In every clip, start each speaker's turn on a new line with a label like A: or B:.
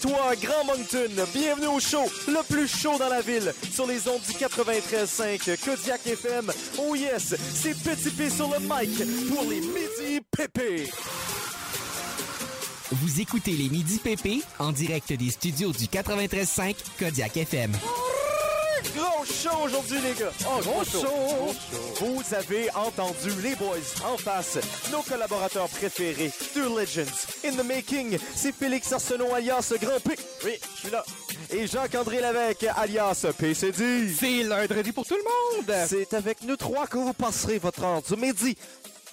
A: toi, Grand Moncton. Bienvenue au show, le plus chaud dans la ville, sur les ondes du 93.5 Kodiak FM. Oh yes, c'est Petit P sur le mic pour les Midi Pépé.
B: Vous écoutez les Midi PP en direct des studios du 93.5 Kodiak FM.
A: Gros show aujourd'hui, les gars. Oh, gros show. Vous avez entendu les boys en face, nos collaborateurs préférés, Two Legends. In the making, c'est Félix Arsenault alias Grand P. Oui, je suis là. Et Jacques-André Lévesque alias PCD.
C: C'est lundi pour tout le monde!
A: C'est avec nous trois que vous passerez votre heure du midi.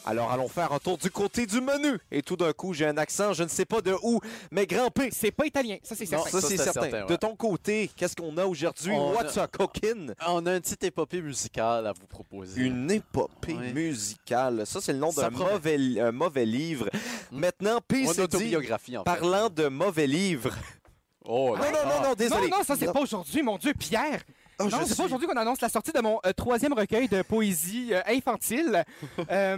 A: Alors allons faire un tour du côté du menu. Et tout d'un coup, j'ai un accent, je ne sais pas de où, mais Grand P.
C: C'est pas italien, ça c'est
A: Non,
C: certain.
A: ça, c'est certain.
D: certain, ouais.
A: De ton côté, qu'est-ce qu'on a aujourd'hui?
D: On
A: What's a cookin'?
D: On a une petite épopée musicale à vous proposer.
A: Une épopée
D: Oui.
A: musicale. Ça, c'est le nom
D: Ça
A: d'un
D: promet.
A: mauvais, un mauvais livre.
D: Mm.
A: Maintenant,
D: Mon
A: PCD,
D: autobiographie, en fait.
A: parlant de mauvais livre. Non,
D: Oh,
A: non, non, non,
C: Non,
A: désolé.
C: non, ça c'est pas aujourd'hui, mon Dieu, Pierre!
A: Oh, je
C: non, c'est
A: suis-
C: pas aujourd'hui qu'on annonce la sortie de mon euh, troisième recueil de poésie euh, infantile. Euh,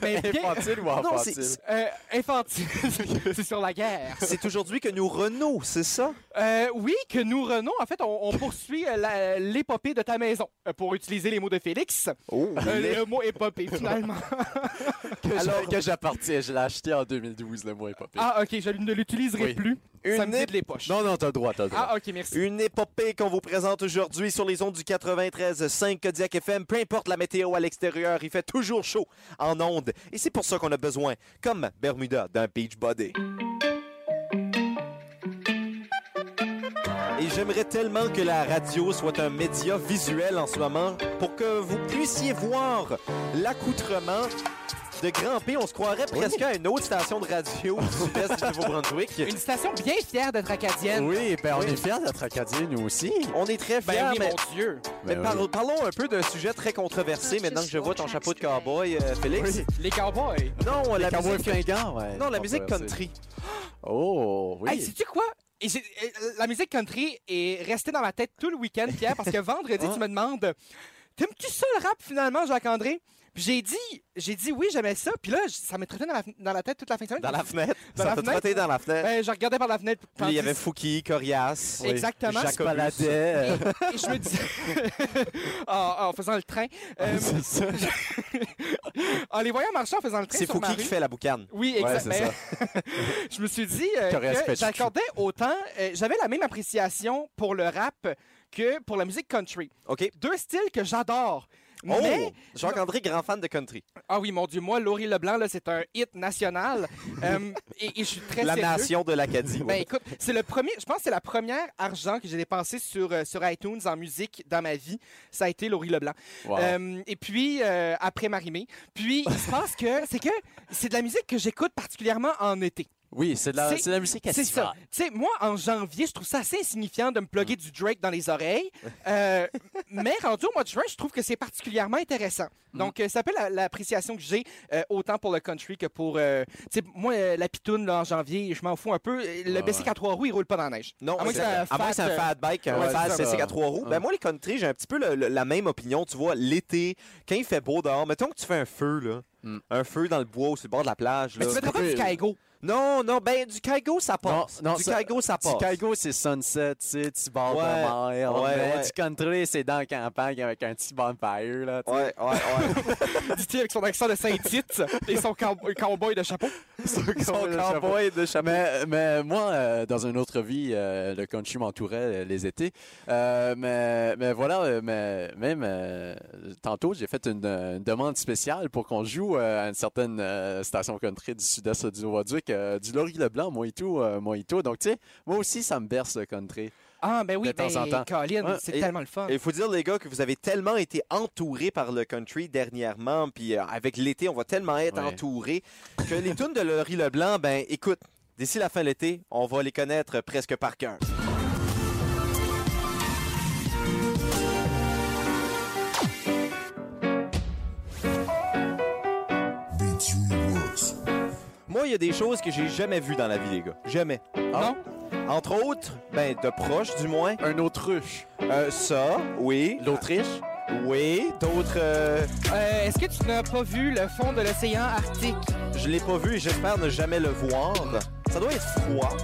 C: mais bien-
D: Infantile ou
A: Non,
D: infantile?
A: c'est-
C: euh, infantile, c'est sur la guerre.
A: c'est aujourd'hui que nous renouons, c'est ça?
C: Euh, oui, que nous renons, en fait, on, on poursuit euh, la- l'épopée de ta maison, euh, pour utiliser les mots de Félix.
A: Oh,
C: Euh,
A: les-
C: le mot épopée, finalement.
D: que j'a-
A: alors-
D: que j'appartiens. Je l'ai acheté en 2012, le mot épopée.
C: ah, ok, je ne l'utiliserai
D: Oui.
C: plus.
A: Une
C: ça me vide
A: ép-
C: les poches.
D: Non, non, t'as le droit, t'as le droit.
C: Ah, ok, merci.
A: Une épopée qu'on vous présente aujourd'hui sur les ondes du 93.5 Kodiak FM. Peu importe la météo à l'extérieur, il fait toujours chaud en ondes. Et c'est pour ça qu'on a besoin, comme Bermuda, d'un beach body. Et j'aimerais tellement que la radio soit un média visuel en ce moment pour que vous puissiez voir l'accoutrement de Grand P. On se croirait presque à une autre station de radio du sud-est du Nouveau-Brunswick.
C: Une station bien fière d'être acadienne.
D: Oui, ben on
A: Oui.
D: est fiers d'être Acadiens, nous aussi.
A: On est très fiers,
C: Ben oui,
A: mais-
C: mon Dieu.
A: Mais
D: Ben
A: par-
D: oui.
A: parlons un peu d'un sujet très controversé maintenant que je vois ton chapeau de cowboy, euh, Félix.
C: Les cowboys.
A: Non, la
D: Cowboy
A: musique,
D: fringant, ouais.
A: non, la musique
D: Controversé.
A: country.
D: ben, Oh, oui.
C: Hey, sais-tu quoi? Et j'ai- euh, la musique country est restée dans ma tête tout le week-end, Pierre, parce que vendredi,
A: Ah.
C: tu me demandes T'aimes-tu ça le rap finalement, Jacques-André? Puis j'ai dit, j'ai dit oui, j'aimais ça. Puis là, j- ça m'est trotté dans la, dans la tête toute la fin de semaine.
A: Dans la fenêtre.
C: Dans
A: ça
C: la
A: t'a
C: fenêtre?
A: trotté dans la fenêtre.
C: Ben, je regardais par la fenêtre.
A: Puis il y
C: tandis-
A: avait Fouki, Corias.
C: Oui. Exactement.
A: Jacques
D: Jacques Baladais.
A: euh.
C: Et je me disais, en, en faisant le train, euh,
A: Ah,
D: C'est ça.
C: en les voyant marcher en faisant le train
A: C'est
C: sur ma
A: Fouki
C: rue.
A: qui fait la boucane.
C: Oui,
D: Ouais, c'est
C: exactement. je me suis dit euh,
D: T'aurais
C: que
D: aspect
C: j'accordais autant, euh, j'avais la même appréciation pour le rap que pour la musique country.
A: OK.
C: Deux styles que j'adore.
A: Oh!
C: Mais,
A: Jacques-André, grand fan de country.
C: ah oui, mon Dieu, moi, Laurie Leblanc, là, c'est un hit national. Euh, et, et je suis très
A: La
C: sérieux.
A: nation de l'Acadie.
C: Ben écoute, c'est le premier, je pense que c'est la première argent que j'ai dépensé sur, euh, sur iTunes en musique dans ma vie. Ça a été Laurie Leblanc.
D: Wow.
C: Euh, et puis, euh, après Marimé. Puis, je pense que c'est que c'est de la musique que j'écoute particulièrement en été.
D: Oui, c'est de, la-
C: c'est-
D: c'est de la musique
C: C'est ça.
D: estivale.
C: Tu sais, moi, en janvier, je trouve ça assez insignifiant de me plugger du Drake dans les oreilles. Euh, mais rendu au mois de juin, je trouve que c'est particulièrement intéressant. Donc, euh, ça s'appelle la- l'appréciation que j'ai euh, autant pour le country que pour. euh, tu sais, moi, euh, la pitoune, là, en janvier, je m'en fous un peu. Euh, Le
D: Ouais,
C: BC à trois roues, il roule pas dans la neige.
A: Non,
C: à moins que
A: c'est
C: ça
A: vrai.
C: un
A: À moins que c'est un
C: fat, euh,
A: fat bike, un
D: ouais,
A: fat
D: c'est ça,
A: CC
D: là.
A: à trois roues. Ben
D: Ouais.
A: moi, les country, j'ai un petit peu le- le- la même opinion. Tu vois, l'été, quand il fait beau dehors, mettons que tu fais un feu, là.
D: Mm.
A: Un feu dans le bois ou sur le bord de la plage.
C: Mais
A: là.
C: tu mettrais pas du
D: Oui.
C: Kaigo.
A: Non, non, ben du Kaigo, ça passe.
D: Non, non,
A: du
D: ça-
A: Kaigo, ça passe.
D: Du Caigo, c'est sunset, tu sais, petit bord
A: Ouais,
D: de mer.
A: ouais,
D: mais
A: ouais.
D: Du country, c'est dans la campagne avec un petit bonfire, là. tu sais.
A: Ouais, ouais, ouais.
C: Dit-il avec son accent de Saint-Tite et son cow- cowboy de chapeau.
D: Son
A: Son
D: cowboy.
A: cowboy de chapeau.
D: Mais, mais moi, euh, dans une autre vie, euh, le country m'entourait euh, les étés. Euh, mais, mais voilà, euh, mais, même euh, tantôt, j'ai fait une, euh, une demande spéciale pour qu'on joue euh, à une certaine euh, station country du sud-est du Nouveau-Duc, euh, du Laurie Leblanc, moi et tout, euh, moi et tout. Donc, tu sais, moi aussi, ça me berce le country.
C: Ah, ben oui,
D: De temps
C: ben,
D: en temps.
C: Colin,
D: Ouais,
C: c'est
A: et-
C: tellement le fun.
A: Il faut dire, les gars, que vous avez tellement été entourés par le country dernièrement, puis euh, avec l'été, on va tellement être
D: Ouais.
A: entourés que les tunes de Laurie Leblanc, ben écoute, d'ici la fin de l'été, on va les connaître presque par cœur. Moi, il y a des choses que j'ai jamais vues dans la vie, les gars. Jamais.
C: Non?
A: Entre autres, ben de proche du moins,
D: Un autruche.
A: euh, ça, oui,
D: L'Autriche?
A: oui, d'autres, euh,
C: Euh, Est-ce que tu n'as pas vu le fond de l'océan Arctique?
A: je l'ai pas vu et j'espère ne jamais le voir. Ça doit être froid.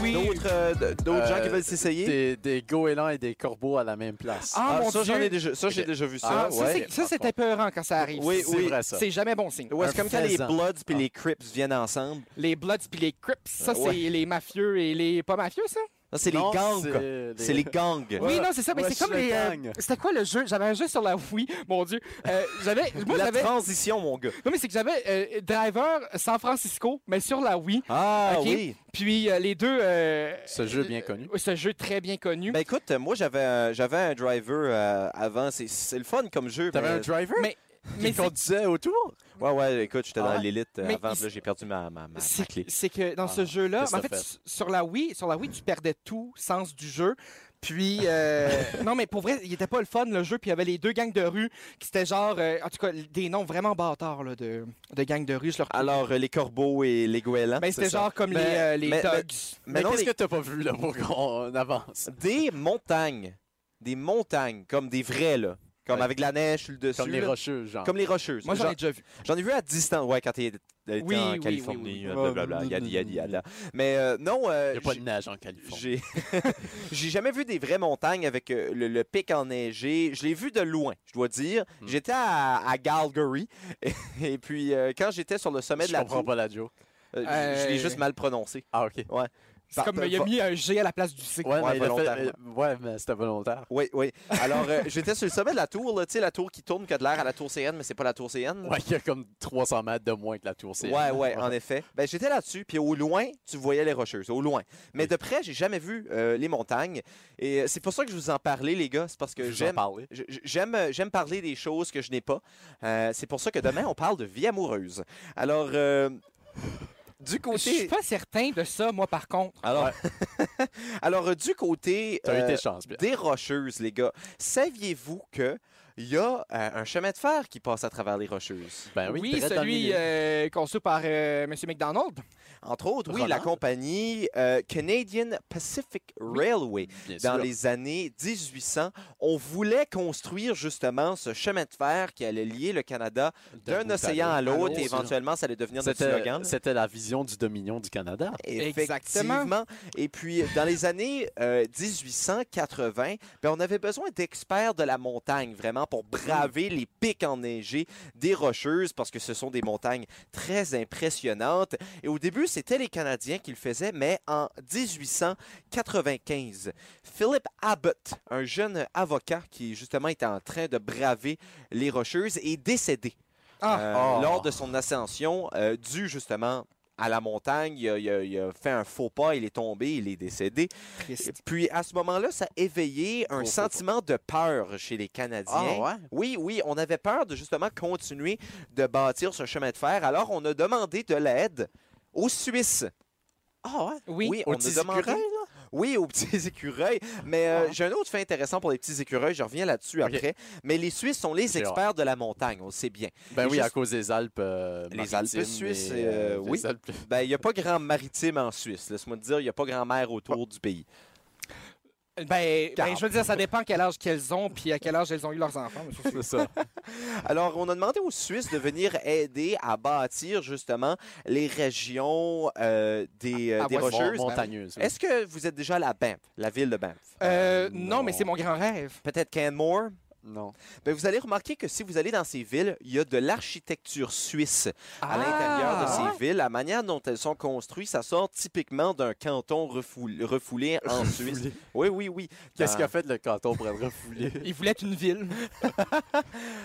C: Oui.
A: D'autres euh, d- d'autres gens
D: Euh,
A: qui veulent s'essayer?
D: Des, des goélands et des corbeaux à la même place.
C: Ah, mon
A: ça, j'en
C: Dieu.
A: ai déjà, ça, j'ai
D: Ok.
A: déjà vu ça.
C: Ah,
A: ouais.
D: Ah,
C: ça, c'est- ça, c'est
D: par
C: épeurant quand ça arrive.
A: Oui,
D: c'est
A: oui.
D: vrai, ça.
C: C'est jamais bon signe.
A: Ouais,
D: Un
A: c'est comme quand les
D: faisan.
A: Bloods puis
D: Ah.
A: les Crips viennent ensemble.
C: Les Bloods puis les Crips, ça, c'est
A: Ouais.
C: les mafieux et les pas mafieux, ça?
A: Ça, c'est les
D: Non,
A: gangs. quoi. C'est les gangs.
C: Oui, non, c'est ça. Mais
D: Ouais,
C: c'est comme
D: je
C: les. euh,
D: gagne.
C: C'était quoi le jeu? J'avais un jeu sur la Wii, mon Dieu. Euh, j'avais. Moi,
A: La
C: j'avais.
A: transition, mon gars.
C: Non, mais c'est que j'avais euh, Driver San Francisco, mais sur la Wii.
A: Ah
C: Ok.
A: oui.
C: Puis euh, les deux. euh,
D: Ce jeu bien connu.
C: euh, Ce jeu très bien connu.
A: Ben écoute, moi j'avais un, j'avais un driver euh, avant. C'est, c'est le fun comme jeu.
D: T'avais
A: mais-
D: un driver
C: Mais- mais
D: qui conduisait autour?
A: Ouais, ouais, écoute, j'étais
D: Ah
A: dans
D: ouais?
A: l'élite euh,
C: Mais
A: avant.
C: il-
A: puis Là, j'ai perdu ma, ma, ma, ma
C: C'est
A: clé.
C: c'est que dans ce
D: Ah,
C: jeu-là,
D: qu'est-ce
C: mais en
D: que
C: fait,
D: t'as
C: s- sur la Wii, sur la Wii, tu perdais tout sens du jeu. Puis, euh, non, mais pour vrai, il était pas le fun, le jeu. Puis, il y avait les deux gangs de rue qui c'était genre, euh, en tout cas, des noms vraiment bâtards là, de, de gangs de rue. Je leur...
D: Ah,
A: Alors, euh, les corbeaux et les goélands.
C: Ben,
A: c'est
C: c'était
A: ça.
C: genre comme
A: Mais-
C: les, euh, les
A: mais- mais-
C: thugs.
A: Mais
D: Mais,
A: non,
D: qu'est-ce
A: les-
D: que t'as pas vu là pour qu'on avance?
A: des montagnes. Des montagnes, comme des vrais, là. Comme
D: Ouais.
A: avec de la neige sur le dessus.
D: Comme les
A: là.
D: rocheux, genre.
A: Comme les rocheuses.
C: Moi, j'en
A: Genre-
C: ai déjà vu.
A: J'en ai vu à distance, ouais, quand t'es t'es
C: Oui,
A: en
C: oui, oui,
A: Californie,
C: oui.
A: euh, blablabla, yadi, yadi, yada. Mais euh, non, euh,
D: Il n'y a pas de
A: j'ai-
D: neige en Californie.
A: j'ai j'ai jamais vu des vraies montagnes avec euh, le, le pic enneigé. Je l'ai vu de loin, je dois dire.
D: Hmm.
A: J'étais à, à Calgary et, et puis euh, quand j'étais sur le sommet de
D: Je
A: la
D: comprends
A: tour,
D: pas la joke.
A: euh, je je l'ai
C: Euh,
A: juste mal prononcé.
D: Ah, OK.
C: C'est comme, il a mis un G à la place du C.
D: Ouais, mais, il a fait-
A: volontairement.
D: euh, ouais, mais c'était volontaire.
A: Oui, oui. Alors, euh, j'étais sur le sommet de la tour, là, tu sais, la tour qui tourne, qui a de l'air à la tour CN, mais c'est pas la tour CN.
D: Ouais, il y a comme 300 mètres de moins que la tour C.
A: Ouais, ouais, en effet. Ben, j'étais là-dessus, puis au loin, tu voyais les rocheuses, au loin. Mais
D: Oui.
A: de près, j'ai jamais vu euh, les montagnes. Et euh, c'est pour ça que je vous en parlais, les gars. C'est parce que
D: que j'aime
A: j'aime.
D: parler.
A: je- je- J'aime, euh, j'aime parler des choses que je n'ai pas. Euh, c'est pour ça que demain, on parle de vie amoureuse. Alors, euh, du
C: Je suis
A: côté.
C: pas certain de ça, moi, par
D: Ah,
C: contre.
A: Alors, Alors euh, du côté.
D: T'as
A: euh,
D: eu tes chances, Pierre.
A: des Rocheuses, les gars. Saviez-vous que il y a euh, un chemin de fer qui passe à travers les Rocheuses?
D: Ben oui, direct dans le
C: celui
D: milieu.
C: euh, conçu par euh, M. McDonald.
A: Entre autres, oui,
D: Ronald.
A: la compagnie euh, Canadian Pacific Railway.
D: Bien
A: Dans
D: sûr.
A: les années 1800, on voulait construire justement ce chemin de fer qui allait lier le Canada
D: De
A: d'un
D: bout à
A: océan à l'autre et
D: Bien sûr.
A: éventuellement ça allait devenir notre slogan.
D: C'était, c'était la vision du dominion du Canada.
A: Effectivement.
C: Exactement.
A: Et puis, dans les années euh, 1880, ben, on avait besoin d'experts de la montagne, vraiment, pour braver les pics enneigés des Rocheuses, parce que ce sont des montagnes très impressionnantes. Et au début, c'était les Canadiens qui le faisaient, mais en 1895, Philip Abbott, un jeune avocat qui, justement, était en train de braver les Rocheuses, est décédé
C: Ah,
A: euh,
D: Oh.
A: lors de son ascension, euh, dû justement à la montagne, il a, il a- il a fait un faux pas, il est tombé, il est décédé.
C: triste.
A: Puis à ce moment-là, ça a éveillé un
D: Gros faux pas. Ah,
A: sentiment de peur chez les Canadiens. Oui, oui, on avait peur de justement continuer de bâtir ce chemin de fer. Alors on a demandé de l'aide aux Suisses.
D: Ah ouais?
C: Oui.
A: on
D: Aux
A: a
D: petits
A: demandé-
D: écureuils,
A: Oui, aux petits écureuils. Mais euh,
D: Ah.
A: j'ai un autre fait intéressant pour les petits écureuils, je reviens là-dessus
D: Ok.
A: après. Mais les Suisses sont les
D: J'ai hâte.
A: experts de la montagne, on le sait bien.
D: Ben
A: Et
D: oui,
A: juste-
D: à cause des Alpes. euh,
A: Les
D: maritimes
A: Alpes suisses,
D: et,
A: euh,
D: les
A: oui.
D: Alpes-
A: Ben, il n'y a pas grand maritime en Suisse. Laisse-moi te dire, il n'y a pas grand mer autour du pays.
C: Ben, ben,
A: Car-
C: je veux dire, ça dépend quel âge qu'elles ont, puis à quel âge elles ont eu leurs enfants. mais ça, c'est- Euh,
D: C'est ça.
A: Ah, Alors, on a demandé aux Suisses de venir aider à bâtir justement les régions euh, des, euh,
C: Ah,
A: des
C: ouais,
A: Rocheuses.
D: Mon- Montagneuse. ben oui.
A: Est-ce que vous êtes déjà à la Banff, la ville de Banff?
C: Euh,
D: Euh,
C: non, mais
D: non.
C: c'est mon grand rêve.
A: Peut-être Canmore?
D: Non.
A: Ben, vous allez remarquer que si vous allez dans ces villes, il y a de l'architecture suisse à
C: Ah!
A: l'intérieur de ces
C: Ouais.
A: villes. La manière dont elles sont construites, ça sort typiquement d'un canton refoul- refoulé en Suisse. Oui, oui, oui.
D: Qu'est-ce
A: Dans-
D: qu'a fait le canton pour être refoulé?
C: Il voulait une ville.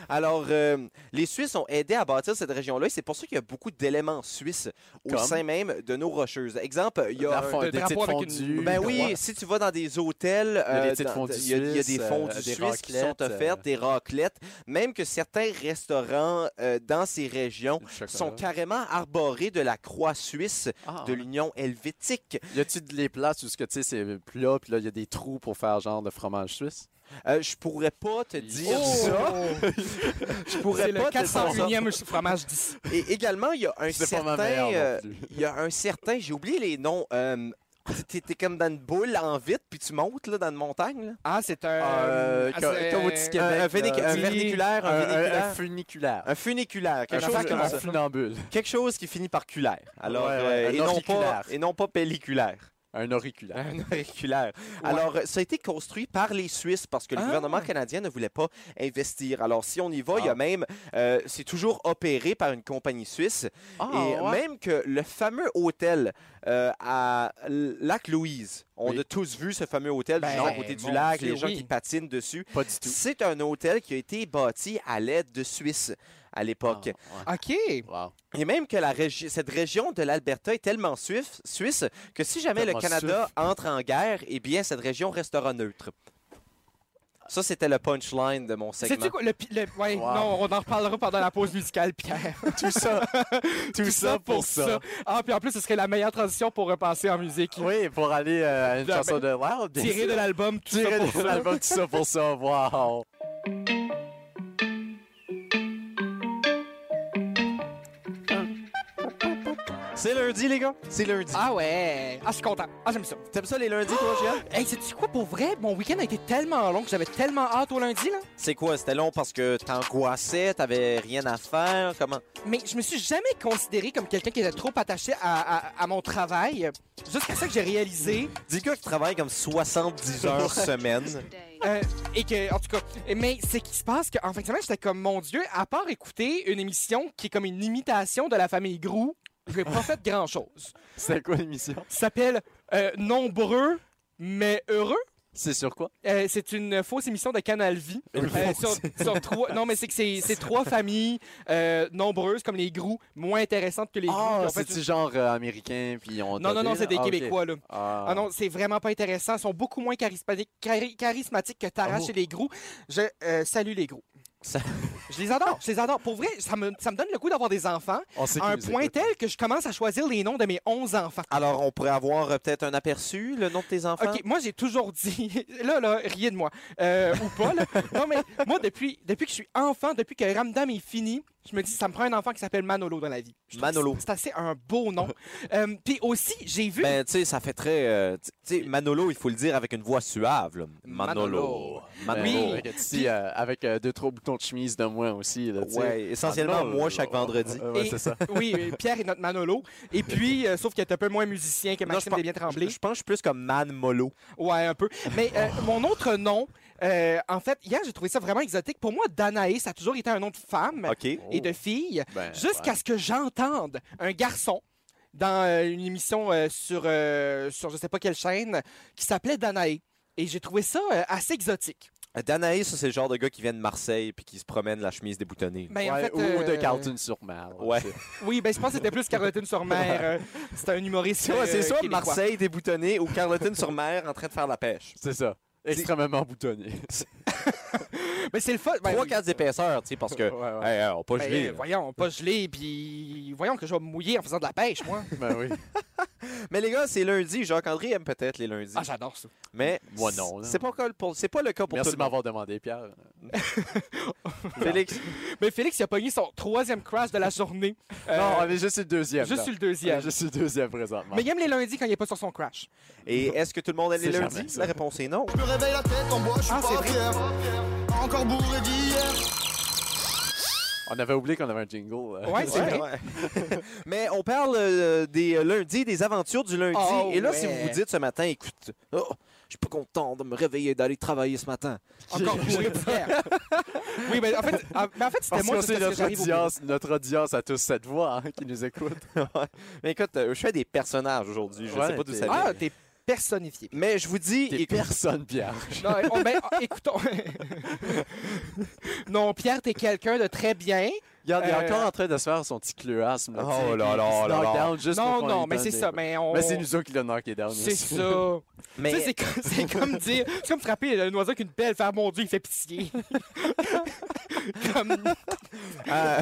A: Alors, euh, les Suisses ont aidé à bâtir cette région-là et c'est pour ça qu'il y a beaucoup d'éléments suisses au
D: Comme?
A: sein même de nos rocheuses. Exemple, il y a...
D: La
A: un-
D: fond-
C: de
D: des
C: drapeau
D: petites
C: avec une-
D: fondues.
A: Ben
D: de-
A: oui,
D: ouais.
A: si tu vas dans des hôtels,
D: y a des
A: euh,
D: petites
A: dans-
D: fondues
A: il y a- il y a des
D: suisses, euh,
A: fondues
D: des
A: suisses qui sont
D: raclettes, euh.
A: offertes, des raclettes, même que certains restaurants euh, dans ces régions
D: Du chocolat.
A: sont carrément arborés de la croix suisse
D: Ah,
A: de l'Union helvétique.
D: Y a-tu de- les places où ce que, tu sais, c'est plat, puis là, il y a des trous pour faire genre de fromage suisse?
A: Euh, je pourrais pas te dire
C: Oh!
A: ça. Je
C: C'est
A: pourrais
C: le
A: pas te dire ça.
C: 401e fromage d'ici.
A: Et également, il y a un
D: C'est pas ma
A: certain...
D: meilleure non
A: euh,
D: plus.
A: Il y a un certain, j'ai oublié les noms. euh, t'es, t'es comme dans une boule en vite, puis tu montes là, dans une montagne. là.
C: Ah, c'est un.
D: Euh,
C: ah,
D: co-
C: c'est-
D: comme au petit Québec,
A: Un,
C: Euh,
A: un vénic-
D: là,
A: un
C: dis-
A: vernaculaire, un,
D: un- un-
A: véniculaire.
D: un funiculaire.
A: un funiculaire, quelque
C: Un
A: chose,
C: affaire
A: comme
C: comme
A: ça.
D: funambule.
A: quelque chose qui finit par culaire. Alors,
D: Ouais, ouais,
A: euh,
D: un
A: et, non pas,
D: auriculaire.
A: et non pas pelliculaire.
D: Un auriculaire.
A: Un auriculaire. Alors, euh, ça a été construit par les Suisses parce que le
C: Ah.
A: gouvernement canadien ne voulait pas investir. Alors, si on y va, il y a
D: Ah.
A: même. euh, c'est toujours opéré par une compagnie suisse.
D: Ah,
C: Ah,
A: et même que le fameux hôtel euh, à L- Lac-Louise, on
D: Oui.
A: a tous vu ce fameux hôtel
C: Ben,
A: du genre à côté
C: mon
A: du lac,
C: Dieu,
A: les gens
C: oui.
A: qui patinent dessus.
D: Pas du tout.
A: C'est un hôtel qui a été bâti à l'aide de Suisse à l'époque.
D: Ah,
C: OK.
D: ouais. Wow.
C: Ah.
A: Et même que la régi- cette région de l'Alberta est tellement suif- suisse que si jamais
D: Tellement
A: le Canada entre en guerre, eh bien, cette région restera neutre. Ça, c'était le punchline de mon segment.
C: Sais-tu quoi? Le, pi- le- ouais,
D: Wow.
C: non, on en reparlera pendant la pause musicale, Pierre.
D: Tout ça, tout ça pour ça.
C: Ah, puis en plus, ce serait la meilleure transition pour repasser en musique.
D: Oui, pour aller euh, à une
C: Jamais.
D: chanson de Loud.
C: Tirer de l'album, tout ça
D: Tirer
C: pour
D: de
C: ça.
D: l'album, tout ça pour ça. Wow.
A: C'est lundi, les gars. C'est lundi.
C: Ah ouais! Ah, je suis content. Ah, j'aime ça.
A: T'aimes ça les lundis, toi, Gian?
C: Hey, sais-tu quoi pour vrai? Mon week-end a été tellement long que j'avais tellement hâte au lundi, là.
A: C'est quoi? C'était long parce que t'angoissais, t'avais rien à faire? Comment?
C: Mais je me suis jamais considéré comme quelqu'un qui était trop attaché à, à- à mon travail. Jusqu'à ça que j'ai réalisé.
A: Dis le gars qui travaille comme 70 heures semaine.
C: euh, et que, en tout cas, mais c'est qu'il se passe qu'en fin de semaine, j'étais comme, mon Dieu, à part écouter une émission qui est comme une imitation de la famille Grou, je n'ai pas fait grand-chose.
D: C'est quoi l'émission?
C: Ça s'appelle euh, Nombreux, mais heureux.
D: C'est sur quoi?
C: Euh, c'est une fausse émission de Canal Vie.
D: Une
C: Euh, sur-
D: fausse.
C: sur trois- non, mais c'est que c'est c'est trois familles euh, nombreuses, comme les Grous, moins intéressantes que les Grous. qui
D: Ah,
C: ont fait
D: c'est-tu genre euh, américain, puis
C: Non,
D: on t'a
C: non,
D: dit,
C: non,
D: là?
C: c'est des
D: Ah, ok.
C: Québécois, là.
D: Ah,
C: Ah non, c'est vraiment pas intéressant. Ils sont beaucoup moins charismatiques, chari- charismatiques que Tara
D: Oh.
C: chez les Grous. Je euh, salue les Grous.
A: Ça-
C: Je les adore, je les adore. Pour vrai, ça me, ça me donne le goût d'avoir des enfants.
D: On sait
C: À un
D: qu'ils nous
C: point
D: écoutent.
C: tel que je commence à choisir les noms de mes 11 enfants.
A: Alors, on pourrait avoir euh, peut-être un aperçu, le nom de tes enfants?
C: OK, moi, j'ai toujours dit... Là, là, riez de moi. Euh, ou pas, là. Non, mais moi, depuis, depuis que je suis enfant, depuis que Ramdam est fini, je me dis, ça me prend un enfant qui s'appelle Manolo dans la vie. Je trouve que
A: Manolo.
C: C'est assez un beau nom. Euh, Puis aussi, j'ai vu...
A: Ben, tu sais, ça fait très. euh, tu tu sais, Manolo, il faut le dire avec une voix suave. là. Manolo.
D: Ben,
A: Manolo.
C: Oui.
D: avec, si, euh, avec euh, deux, trois boutons de chemise de moins aussi. Là, tu sais.
A: Ouais, essentiellement,
D: Manolo.
A: moi, chaque vendredi.
D: Euh, ouais,
C: Et-
D: c'est ça.
C: Oui, euh, Pierre est notre Manolo. Et puis, euh, sauf qu'il est un peu moins musicien que
A: Non, je
C: Maxime
A: pense-
C: bien
A: Je,
C: Tremblay.
A: je pense que je suis plus comme Man Molo.
C: Ouais, un peu. Mais euh, mon autre nom, euh, en fait, hier, j'ai trouvé ça vraiment exotique. Pour moi, Danaé, ça a toujours été un nom de femme
A: OK. Oh.
C: et de fille.
D: Ben,
C: Jusqu'à ce que j'entende un garçon dans euh, une émission euh, sur, euh, sur je sais pas quelle chaîne qui s'appelait Danae. Et j'ai trouvé ça euh, assez exotique.
A: Danaï, ça, c'est le genre de gars qui vient de Marseille puis qui se promène la chemise déboutonnée.
C: Mais
D: ouais,
C: en fait,
D: ou
C: euh,
D: de Carlton sur mer.
A: Ouais.
C: Oui, ben, je pense que c'était plus Caroline sur mer. euh, C'était un humoriste.
A: Tu vois, c'est
C: euh,
A: soit
C: québécois.
A: Marseille déboutonnée ou Carleton-sur-Mer en train de faire la pêche.
D: C'est ça. Extrêmement boutonné.
C: Ben, c'est le fun. Ben,
A: Trois,
C: oui.
A: quatre épaisseurs, tu sais, parce que.
D: Ouais, ouais.
A: Hey, hey, on pas
C: Ben,
A: gelé,
C: euh,
A: là.
C: voyons, pas gelé, puis voyons que je vais me mouiller en faisant de la pêche, moi.
D: Ben oui.
A: Mais les gars, c'est lundi. Jacques-André aime peut-être les lundis.
C: Ah, j'adore ça.
A: mais
D: Moi, non, là.
A: C'est pas, le cas pour- c'est pas le cas pour
D: Merci
A: tout
D: de
A: le monde.
D: m'avoir demandé, Pierre.
A: Félix,
C: Mais Ben, Félix, il a pogné son troisième crash de la journée. Euh,
D: non, on est juste sur le deuxième.
C: juste
D: là.
C: sur le
D: On
C: deuxième.
D: est juste sur le deuxième présentement.
C: Mais il aime les lundis quand il n'est pas sur son crash.
A: et est-ce que tout le monde aime les
D: C'est
A: lundis?
D: jamais ça.
A: La réponse est non.
E: Je me réveille la tête en bois, je suis
C: Ah, c'est
E: pas
C: vrai.
E: fier. Encore bourré d'hier.
D: On avait oublié qu'on avait un jingle. euh. là.
C: Ouais, c'est vrai.
A: Ouais. Mais on parle euh, des euh, lundis, des aventures du lundi.
C: Oh,
A: et là, si vous
C: ouais.
A: vous dites ce matin, écoute, oh, je suis pas content de me réveiller, d'aller travailler ce matin.
C: Encore bourré de bière. Oui, mais en fait, en, mais en fait c'était
D: Parce
C: moi
D: que
C: jusqu'à
D: c'est
C: ce que
D: notre
C: j'arrive au bureau.
D: audience, notre audience à tous cette voix hein, qui nous écoute.
A: Mais écoute, euh, je fais des personnages aujourd'hui. Je
D: Ouais,
A: sais pas d'où
D: t'es-
A: ça vient.
C: Ah, t'es personnifié.
A: Mais je vous dis,
D: T'es
A: écoute,
D: personne, Pierre.
C: Non, on- ben, ah, écoutons. non, Pierre, t'es quelqu'un de très bien.
D: Regarde, il est
C: Euh,
D: encore en train de se faire son petit cleuasme.
A: Oh là là là là.
C: Non, non, mais c'est ça. Mais, on...
D: Mais c'est nous autres qui le knocké down.
C: C'est
D: aussi.
C: ça.
A: mais
D: Ben,
C: Tu sais, c'est comme- c'est comme dire, c'est comme frapper un oiseau avec une pelle, faire mon Dieu, il fait pitié. Comme-
A: euh,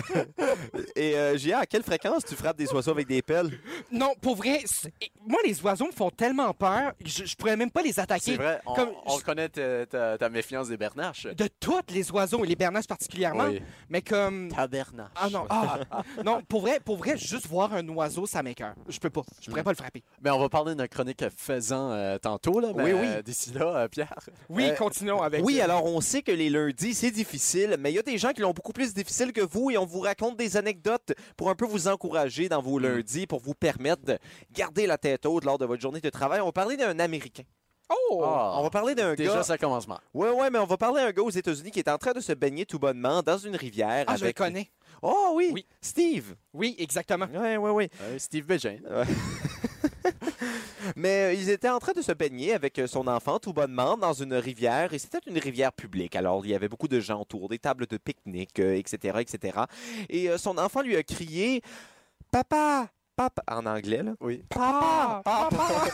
A: et euh, Gia, à quelle fréquence tu frappes des oiseaux avec des pelles
C: Non, pour vrai, c'est- moi, les oiseaux me font tellement peur, je, je pourrais même pas les
D: C'est
C: attaquer.
D: vrai, on,
C: Comme-
D: on connaît ta, ta- ta méfiance des Bernaches.
C: De toutes les oiseaux, et les bernaches particulièrement,
D: Oui.
C: mais comme.
D: Ta Bernache.
C: Ah non, ah, non, pour vrai, pour vrai, juste voir un oiseau, ça m'écoeure. Je peux pas, je pourrais pas le frapper.
D: Mais on va parler de notre chronique faisant euh, tantôt, là. Mais
A: Oui, oui.
D: euh, D'ici là, euh, Pierre.
C: Oui,
A: Euh,
C: continuons avec.
A: Oui, alors on sait que les lundis, c'est difficile, mais il y a des gens qui l'ont beaucoup plus difficile que vous et on vous raconte des anecdotes pour un peu vous encourager dans
C: Mm.
A: vos lundis, pour vous permettre de garder la tête haute lors de votre journée de travail. On va parler d'un Américain.
C: Oh!
D: Ah,
A: On va parler d'un
D: déjà,
A: gars.
D: ça commence mal.
A: Ouais, ouais, mais on va parler d'un gars aux États-Unis qui est en train de se baigner tout bonnement dans une rivière.
C: Ah,
A: avec...
C: je le connais.
A: Oh oui,
C: Oui.
A: Steve.
C: Oui, exactement.
A: Ouais, ouais, ouais.
D: Euh, Steve Bégin.
A: Mais euh, ils étaient en train de se baigner avec euh, son enfant tout bonnement dans une rivière et c'était une rivière publique. Alors il y avait beaucoup de gens autour, des tables de pique-nique, euh, etc., etc. Et euh, son enfant lui a crié Papa, papa, en anglais, là.
D: Oui.
A: Papa,
C: Ah,
A: papa.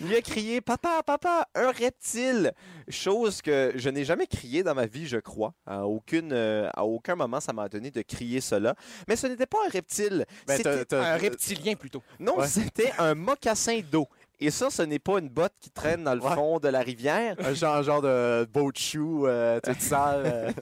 A: Il lui a crié Papa, papa, un reptile. Chose que je n'ai jamais crié dans ma vie, je crois. À, aucune, euh, à aucun moment, ça m'a donné de crier cela. Mais ce n'était pas un reptile.
D: Ben,
A: C'était-
D: t'as- t'as-
C: Un reptilien plutôt.
A: non,
D: Ouais.
A: c'était un mocassin d'eau. Et ça, ce n'est pas une botte qui traîne dans le
D: Ouais.
A: fond de la rivière.
D: Un genre, genre de beau de chou, euh, toute sale. euh.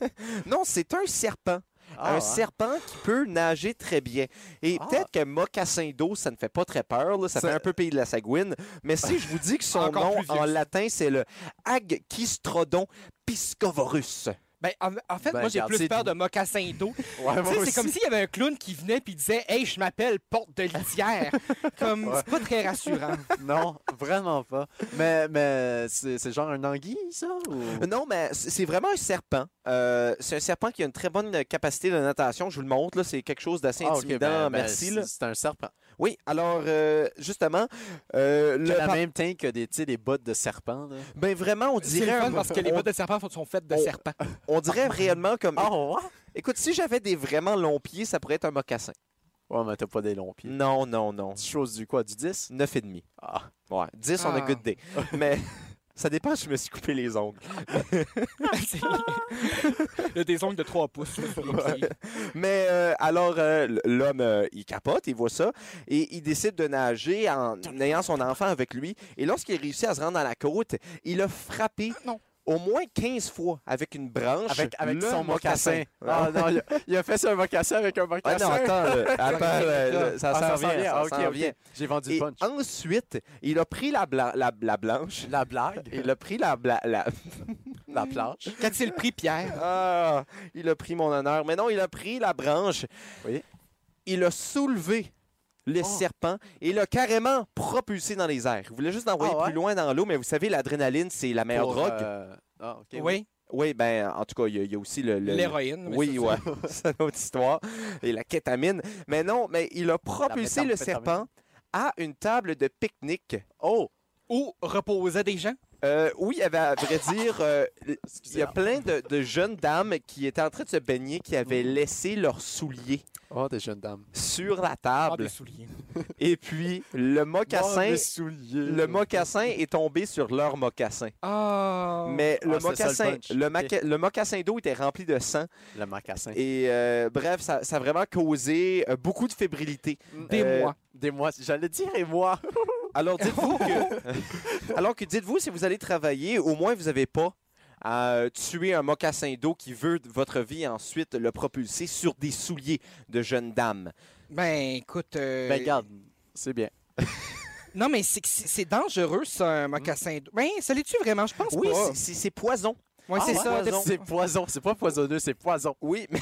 A: Non, c'est un serpent.
D: Ah,
A: un
D: ouais.
A: serpent qui peut nager très bien. Et
D: Ah.
A: peut-être que mocassin d'eau, ça ne fait pas très peur. là, Ça,
D: Ça-
A: fait un peu pays de la Sagouine. Mais si je vous dis que son
C: Encore
A: nom
C: plus vieux.
A: en latin, c'est le Agchistrodon piscovorus.
C: Ben, en, en fait,
D: Ben,
C: moi, j'ai
D: regarde,
C: plus
D: c'est
C: peur
D: doux.
C: de mocassin d'eau.
D: Ouais,
C: Tu
D: moi
C: sais, c'est
D: aussi.
C: comme s'il y avait un clown qui venait puis disait Hey, je m'appelle porte de litière. comme, c'est pas très rassurant.
D: Non, vraiment pas. Mais, mais c'est c'est genre un anguille, ça? ou-
A: Non, mais c- c'est vraiment un serpent. Euh, c'est un serpent qui a une très bonne capacité de natation. Je vous le montre. là, C'est quelque chose d'assez
D: Ah, ok,
A: intimidant.
D: ben- ben,
A: Merci.
D: c'est-
A: là.
D: C'est un serpent.
A: Oui, alors, euh, justement, euh,
D: Il
A: le
D: a la
A: par-
D: même teinte que des, tu sais, des bottes de serpent. là.
A: ben vraiment, on
C: C'est
A: dirait,
C: le
A: un-
C: fun parce que les
A: on,
C: bottes de serpent sont faites de
A: on-
C: serpents.
A: on dirait réellement comme. Écoute, si j'avais des vraiment longs pieds, ça pourrait être un mocassin.
D: Ouais, mais t'as pas des longs pieds.
A: Non, non, non.
D: Tu choses du quoi? Du 10?
A: 9 et demi.
D: Ah.
A: Ouais, 10 on a
C: Ah.
A: good day. Mais ça dépend si je me suis coupé les ongles.
C: C'est- Il y a des ongles de 3 pouces là, sur les pieds.
A: Mais euh, alors, euh, l- l'homme, euh, il capote, il voit ça, et il décide de nager en ayant son enfant avec lui. Et lorsqu'il réussit à se rendre dans la côte, il a frappé
C: Non.
A: au moins 15 fois avec une branche.
D: Avec, avec
A: le
D: son mocassin.
A: Ouais.
D: Ah non, il a, il a fait ça un mocassin avec un
A: Ah
D: mocassin.
A: non, attends, là. Attends, là, là, ça
D: Ah,
A: s'en
D: s'en
A: vient,
D: vient.
A: ça
D: Ah, ok,
A: s'en
D: ok.
A: vient.
D: J'ai vendu le
A: Et
D: punch.
A: ensuite, il a pris la, bla- la, la blanche.
D: La blague,
A: Il a pris la, bla- la...
D: la planche.
C: Qu'a-t-il pris, Pierre?
A: Ah, il a pris mon honneur. Mais non, il a pris la branche.
D: Oui.
A: Il a soulevé le
D: Oh.
A: serpent et l'a carrément propulsé dans les airs. Il voulait juste l'envoyer
D: Ah ouais?
A: plus loin dans l'eau, mais vous savez, l'adrénaline, c'est la meilleure
D: Pour,
A: drogue.
D: euh, Ah, ok. oui.
C: Oui,
A: Oui, ben, en tout cas, il y, a- il y a aussi le... le-
C: l'héroïne. mais
A: Oui,
C: ça,
A: ouais. c'est une autre histoire. Et la kétamine. Mais non, mais il a propulsé le
D: méthamphétamine.
A: serpent à une table de pique-nique. Oh!
C: c'est- Où reposaient des gens?
A: Euh, oui, il y avait, à vrai dire, euh, il y a
D: Excusez-moi.
A: plein de, de jeunes dames qui étaient en train de se baigner, qui avaient laissé leurs souliers
D: Oh, des jeunes dames.
A: sur la
C: Ah,
A: table.
C: des souliers.
A: Et puis, le
D: Oh,
A: mocassin,
D: mes souliers.
A: le mocassin est tombé sur leur mocassin.
C: Ah!
A: Mais le
D: Ah, c'est ça, le
A: mocassin,
D: punch.
A: le,
D: Ok.
A: maca- le mocassin d'eau était rempli de sang.
D: Le mocassin.
A: Et euh, bref, ça, ça a vraiment causé euh, beaucoup de fébrilité.
C: Des
A: Euh,
C: mois.
D: Des mois. J'allais dire et moi.
A: Alors dites-vous que, alors que dites-vous si vous allez travailler, au moins vous n'avez pas à euh, tuer un mocassin d'eau qui veut de votre vie et ensuite le propulser sur des souliers de jeunes dames.
C: Ben, écoute. euh,
D: Ben, garde. C'est bien.
C: Non, mais c'est que c'est c'est dangereux, ça, un mocassin. d'eau. Ben, ça l'est-tu vraiment? Je pense
A: Oui,
C: pas.
A: c'est- c'est c'est poison.
C: Ouais,
A: Ah,
C: c'est
A: ouais,
C: ça.
A: poison.
D: C'est poison. C'est pas poisonneux, c'est poison.
A: Oui, mais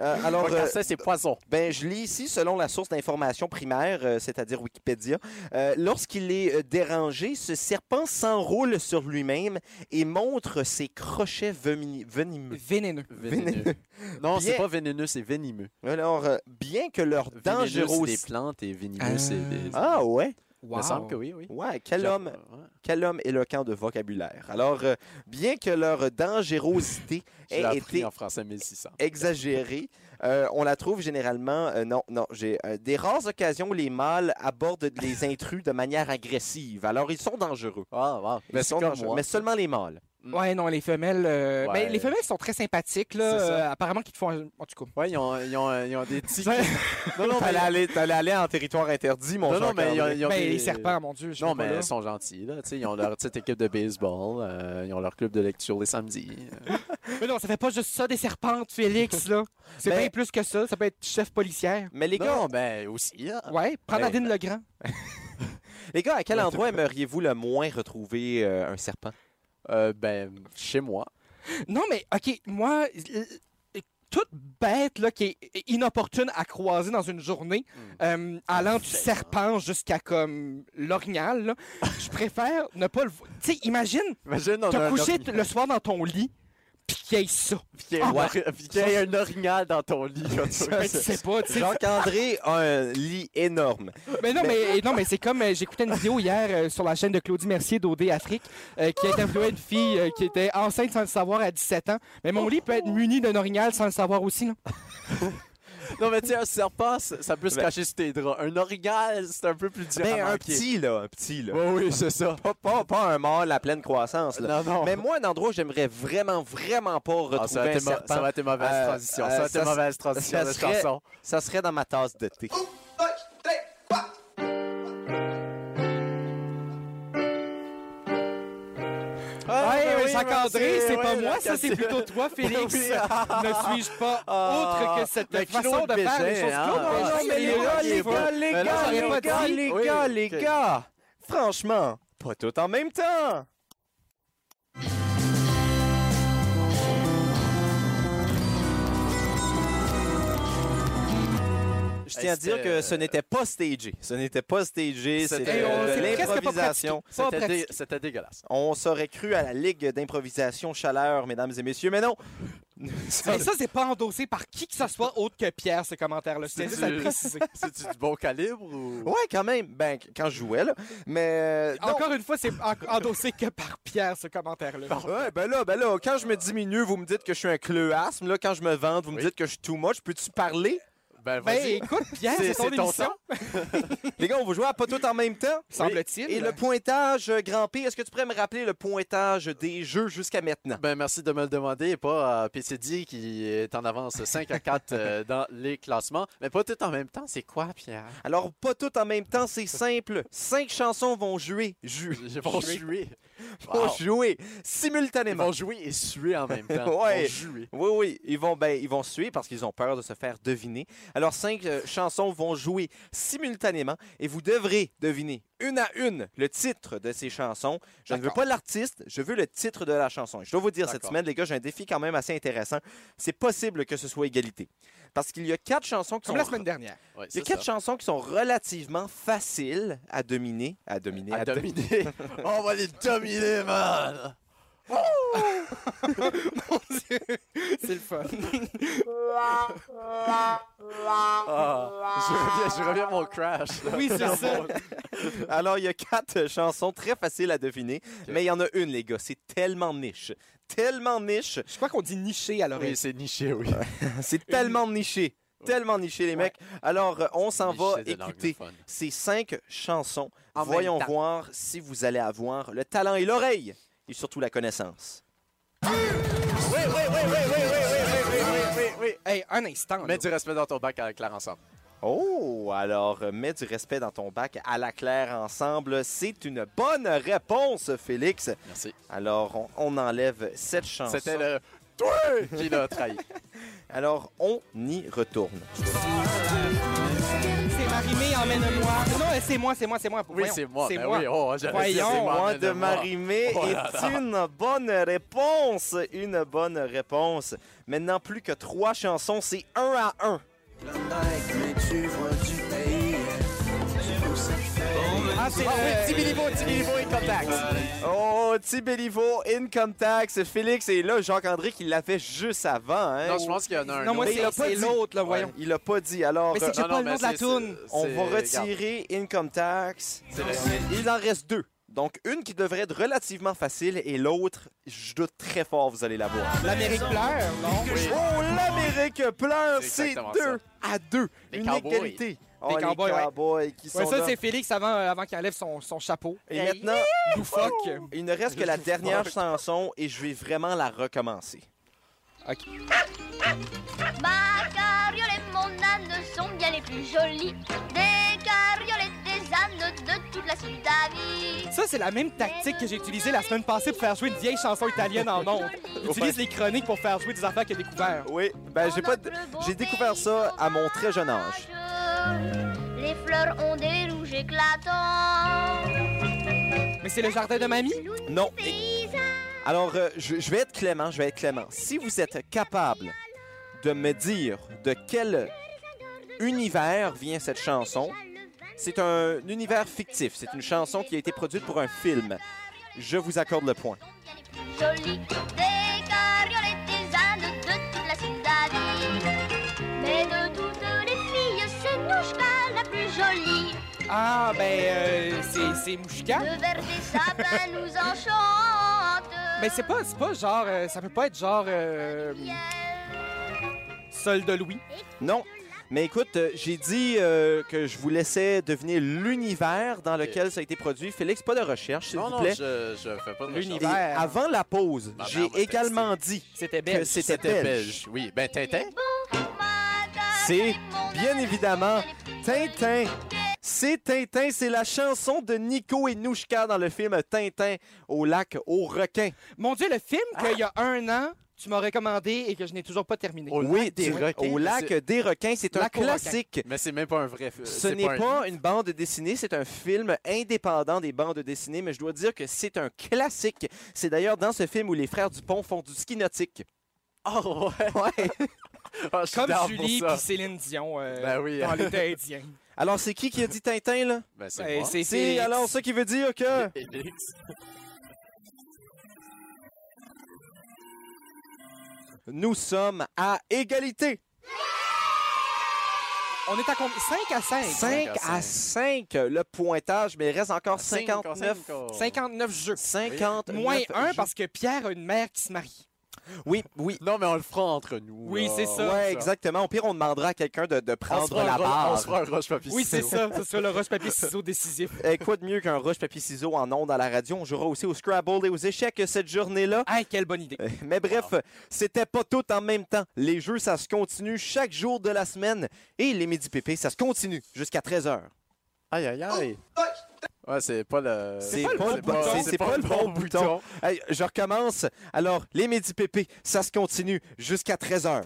A: Euh, alors euh,
D: Mocassin, c'est poison.
A: ben je lis ici selon la source d'information primaire, euh, c'est-à-dire Wikipédia, euh, lorsqu'il est euh, dérangé, ce serpent s'enroule sur lui-même et montre ses crochets veni- venimeux.
C: Vénéneux.
D: Vénéneux. Non, c'est
A: Bien.
D: pas vénéneux, c'est venimeux.
A: Alors euh, bien que leur
D: Vénéneux, c'est
A: dangerosité
D: des plantes et venimeux,
C: Ah.
D: c'est des...
A: Ah ouais?
C: Wow.
D: Il me semble que oui, oui.
A: Ouais, quel
D: Genre,
A: homme,
D: ouais.
A: quel homme éloquent de vocabulaire. Alors, euh, bien que leur dangerosité
D: Je l'ai
A: ait
D: appris
A: été
D: en français 1600.
A: exagérée, euh, on la trouve généralement... euh, non, non, j'ai euh, des rares occasions où les mâles abordent les intrus de manière agressive. Alors, ils sont dangereux.
D: Ah, wow.
A: Ils sont dangereux, mais seulement les mâles.
C: Ouais, non, les femelles. euh,
D: Ouais.
C: ben, les femelles sont très sympathiques, là.
D: C'est ça.
C: euh, apparemment, qu'ils te font. un- En tout cas.
D: Ouais, ils ont, ils ont, ils ont des tics. non, non, mais,
A: T'allais aller, t'allais aller en territoire interdit, mon
D: non, non,
A: Jean-Claude.
D: mais ils ont, ils ont
C: Ben,
D: des-
C: les serpents, mon Dieu. je
D: Non,
C: sais pas,
D: mais
C: là.
D: ils sont gentils. Là, tu sais, ils ont leur petite équipe de baseball. euh, ils ont leur club de lecture les samedis. euh.
C: Mais non, ça fait pas juste ça, des serpentes, Félix, là. C'est
A: Ben-
C: bien plus que ça. Ça peut être chef policière.
A: Mais les gars,
D: non, ben aussi. là.
C: Ouais, prendre
A: Ben,
D: euh,
C: Adine Legrand.
A: les gars, à quel endroit aimeriez-vous le moins retrouver euh, un serpent?
D: Euh, ben, chez moi.
C: Non, mais OK, moi, l- l- toute bête là, qui est inopportune à croiser dans une journée,
D: Hmm.
C: euh, allant du serpent jusqu'à comme l'orignal, là, je préfère ne pas le voir. Tu sais, imagine,
D: Imagine, on a
C: t'as
D: un
C: couché
D: orignal-
C: t- le Ah, soir dans ton lit, puis qu'il y ait ça.
D: qu'il y ait un ori- qu'il y ait un orignal dans ton lit. quand tu
C: Ben, tu sais pas, tu sais.
A: Jacques-André a un lit énorme.
C: Mais non, mais, non, mais c'est comme euh, j'écoutais une vidéo hier euh, sur la chaîne de Claudie Mercier d'OD Afrique euh, qui interviewait une fille euh, qui était enceinte sans le savoir à 17 ans. Mais
D: Oh!
C: mon lit peut être muni d'un orignal sans le savoir aussi. Là.
D: Non, mais tu sais, un serpent, c- ça peut se
A: Ben-
D: cacher sous tes draps. Un orignal, c'est un peu plus dur
A: Ben,
D: à
A: un
D: manquer.
A: petit, là, un petit, là.
D: Oui, oui, c'est ça.
A: Pas, pas, pas un mâle à pleine croissance, là.
D: Non, non.
A: Mais moi, un endroit où j'aimerais vraiment, vraiment pas retrouver
D: Ah, ça, va
A: un
D: être ma-
A: serpent,
D: ça va être une mauvaise
A: Euh,
D: transition.
A: euh,
D: ça va être
A: ça
D: une
A: se-
D: mauvaise transition
A: ça
D: de
A: serait-
D: chanson.
A: ça serait dans ma tasse de thé.
D: Ah,
C: Ouais,
D: ben
C: ouais,
D: oui,
C: Jacques-André,
D: merci.
C: c'est
D: Oui,
C: pas moi,
D: Jacques-
C: ça c'est plutôt toi, Félix.
D: Oui.
C: ne suis-je pas autre que cette
D: Mais Claude
C: façon de faire les
D: Bégin,
C: choses
D: hein.
C: Claude
D: Ah,
C: Bégin,
D: non,
C: il
D: mais les
C: est là,
D: gars,
C: il est
D: les gars,
C: fort.
A: les
D: Mais là,
C: j'aurais pas dit.
A: les
D: Oui,
A: gars,
D: ok.
A: les gars, franchement, pas tout en même temps. Je tiens à
D: Hey, c'était, euh,
A: dire que ce n'était pas stagé. Ce n'était pas stagé,
D: C'était-
A: c'était
D: Hey, on-
A: euh, de
D: c'est presque
C: pas
A: l'improvisation.
C: Pas
D: C'était dé-
C: pratique.
D: C'était dégueulasse.
A: On s'aurait cru à la Ligue d'improvisation chaleur, mesdames et messieurs, mais non.
C: Mais ça, c'est pas endossé par qui que ce soit autre que Pierre, ce commentaire-là. Je tiens juste à le préciser.
D: C'est du bon calibre ou.
A: Ouais, quand même. Ben, qu- quand je jouais, là. Mais. euh,
D: Ah,
A: non.
D: oh!
C: Encore une fois, c'est en- endossé que par Pierre, ce commentaire-là.
A: Ouais, ben là, ben là, quand je me diminue, vous me dites que je suis un cleuasme. Là, quand je me vante, vous me
D: Oui.
A: dites que je suis too much. Peux-tu parler?
D: Ben,
C: Ben
D: vas-y.
C: écoute, Pierre,
D: C'est-
C: c'est ton
D: c'est ton
C: émission,
D: temps.
A: Les gars, on va jouer à pas tout en même temps.
C: semble-t-il.
A: Et le pointage, euh, Grand P, est-ce que tu pourrais me rappeler le pointage des jeux jusqu'à maintenant?
D: Ben, merci de me le demander et pas à PCD qui est en avance 5 à 4 euh, dans les classements. Mais pas tout en même temps, c'est quoi, Pierre?
A: Alors, pas tout en même temps, c'est simple. Cinq chansons vont jouer. Ju-
D: Ils vont
A: Jouer.
D: jouer.
A: Vont
D: Wow.
A: jouer
D: Ils
A: simultanément.
D: vont jouer et suer en même temps.
A: Ouais.
D: Ils vont jouer.
A: Oui, oui, ils vont, ben, ils vont suer parce qu'ils ont peur de se faire deviner. Alors, cinq euh, chansons vont jouer simultanément et vous devrez deviner une à une le titre de ces chansons. Je ne veux pas l'artiste, je veux le titre de la chanson. Et je dois vous dire, cette
D: D'accord.
A: semaine, les gars, j'ai un défi quand même assez intéressant. C'est possible que ce soit égalité. Parce qu'il y a quatre chansons qui
C: Comme
A: sont...
C: la semaine dernière.
A: Il y
D: Ouais,
A: a
D: c'est
A: quatre
D: ça.
A: chansons qui sont relativement faciles à dominer. À dominer,
D: À
A: à dominer.
D: dominer. On va les dominer, man!
C: C'est le fun.
D: Ah, je reviens, je reviens à mon crash. là.
C: Oui, c'est ça.
A: Alors, il y a quatre euh, chansons très faciles à deviner, mais il y en a une, les gars. C'est tellement niche. Tellement niche.
C: Je crois qu'on dit niché à l'oreille.
D: Oui, c'est niché, oui.
A: C'est tellement niché. Tellement niché, les mecs. Alors, euh, on s'en va
D: Niché de
A: écouter
D: l'anglophone.
A: ces cinq chansons.
D: En même
A: Voyons
D: temps.
A: voir si vous allez avoir le talent et l'oreille, et surtout la connaissance.
C: Hey, un instant.
D: Mets
C: là.
D: du respect dans ton bac avec Claire ensemble.
A: Oh, alors, euh, mets du respect dans ton bac à la claire ensemble. C'est une bonne réponse, Félix.
D: Merci.
A: Alors, on, on enlève cette chanson.
D: C'était le toi qui l'a trahi.
A: Alors, on y retourne.
C: C'est Marimé, emmène-moi. Non, c'est moi, c'est moi, c'est moi.
D: Oui,
C: Voyons,
D: c'est moi.
C: C'est
D: ben
C: moi.
D: Oui, oh, j'allais dire,
C: Voyons,
D: c'est moi,
A: Moi
D: mais
A: hein, de
D: non, moi.
A: Marimé
D: Oh là
A: est une bonne réponse. Une bonne réponse. Maintenant, plus que trois chansons, c'est un à un.
C: Ah, c'est
D: Ah oui,
C: le-
D: Tibilivo, Tibilivo et Contact.
A: Oh, Tibelivo, Income Tax. Félix est là. Jacques-André qui l'avait juste avant. hein.
D: Non, je pense qu'il y en a un.
C: Non, moi,
A: Mais il a
C: c'est
A: pas
C: c'est
A: dit.
C: l'autre, là, voyons.
A: Il l'a pas dit. Alors,
C: Mais c'est que
A: euh,
C: j'ai pas le nom de la toune.
A: on va retirer Income Tax. Il en reste deux. Donc, une qui devrait être relativement facile et l'autre, je doute très fort, vous allez la voir.
C: L'Amérique pleure, non?
A: Oh, l'Amérique pleure,
D: C'est
A: c'est
D: exactement
A: 2 à 2.
D: Les
A: Une
D: Cowboys.
A: égalité. Oh, les
C: Cowboys, ouais.
A: Cowboys qui
C: Ouais,
A: sont
C: ça,
A: là.
C: c'est Félix avant, euh, avant qu'il enlève son, son chapeau.
A: Et maintenant,
C: Loufoque.
A: il ne reste que la dernière chanson et je vais vraiment la recommencer.
F: Ma carriole et Bah, mon âne sont bien les plus jolies des carrioles et des ânes de toute la Soldavie.
C: Ça, c'est la même tactique que j'ai utilisée la semaine passée pour faire jouer une vieille chanson italienne en ondes. Utilise les chroniques pour faire jouer des affaires qu'il a découvert.
A: Oui, ben j'ai pas de- j'ai découvert ça à mon très jeune âge.
F: Les fleurs ont des rouges éclatants.
A: Mmh.
C: Mais c'est le jardin de mamie?
A: Non,
F: Paysage.
A: Alors, euh, je, je vais être clément, je vais être clément. Si vous êtes capable de me dire de quel univers vient cette chanson, c'est un univers fictif. C'est une chanson qui a été produite pour un film. Je vous accorde le point.
F: bien les plus jolies des carriolettes des ânes de toute la Soldavie. Mais de toutes les filles, c'est Nouchka la plus jolie.
C: Ah, ben, euh, c'est- c'est Mouchka.
F: Le vert des sapins nous enchante.
C: Mais c'est pas, c'est pas genre. euh, ça peut pas être genre. euh, Sol de Louis.
A: Non. Mais écoute, euh, j'ai dit euh, que je vous laissais deviner l'univers dans lequel ça a été produit. Félix, pas de recherche, s'il
D: Non,
A: vous
D: non,
A: plaît.
D: je, je fais pas de
A: Et
C: L'univers.
D: recherche.
C: Hiver.
A: avant la pause,
D: Ma mère
A: j'ai
D: m'a texté.
A: également dit
C: C'était
A: que
C: belle.
A: c'était
D: C'était
A: belge.
D: belge. Oui, ben Tintin.
A: C'est bien évidemment Tintin. C'est Tintin, c'est la chanson de Nico et Nouchka dans le film Tintin au lac aux requins.
C: Mon Dieu, le film
A: Ah.
C: qu'il y a un an, tu m'as recommandé et que je n'ai toujours pas terminé.
D: Au
A: oui,
D: lac des
A: tu-
D: requins.
A: Au lac
D: C'est-
A: des requins, c'est un
C: Lac aux requins.
A: classique.
D: Mais c'est même pas un vrai. f-
A: Ce
D: Euh, c'est
A: n'est
D: un-
A: pas une bande dessinée, c'est un film indépendant des bandes dessinées, mais je dois dire que c'est un classique. C'est d'ailleurs dans ce film où les frères Dupont font du ski nautique.
D: Oh, ouais.
A: Ouais.
D: Ah, je suis
C: Comme
D: down pour
C: Julie
D: ça.
C: puis Céline Dion euh,
D: Ben oui.
C: dans l'été indien.
A: Alors, c'est qui qui a dit Tintin, là?
D: Ben, c'est
C: Ben,
D: moi.
C: c'est
A: C'est
C: Félix.
A: alors ça qui veut dire que... Nous sommes à égalité.
C: On est à combien 5 à 5.
A: 5 à 5, le pointage, mais il reste encore 59.
D: encore.
C: 59 jeux.
A: 50
C: Moins 1 parce que Pierre a une mère qui se marie.
A: Oui, oui.
D: Non, mais on le fera entre nous.
C: Oui,
D: là.
C: c'est ça.
A: Ouais, exactement. Au pire, on demandera à quelqu'un de, de
D: On
A: prendre
D: se fera un
A: la
D: ro- On
A: barre.
D: se fera un roche papier
C: Oui, c'est
D: ciseaux.
C: ça. Ce sera le roche papier ciseau décisif.
A: Eh, quoi de mieux qu'un rush papier ciseaux en ondes à la radio? On jouera aussi au Scrabble et aux échecs cette journée-là.
C: Ah, quelle bonne idée.
A: Euh, Mais bref, c'était pas tout en même temps. Les jeux, ça se continue chaque jour de la semaine. Et les midi pépés, ça se continue jusqu'à 13h.
D: Aïe, aïe, aïe. Ouais, c'est pas le.
A: C'est pas le bouton, c'est pas le bon bouton. Hey, Eh, je recommence. Alors, les midi pépés, ça se continue jusqu'à 13h.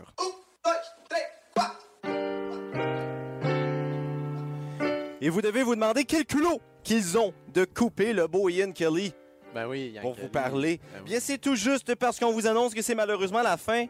A: Et vous devez vous demander quel culot qu'ils ont de couper le beau Ian Kelly
D: Ben oui, Yann
A: pour
D: Kelly.
A: vous parler.
D: Ben oui.
A: Eh Bien, c'est tout juste parce qu'on vous annonce que c'est malheureusement la fin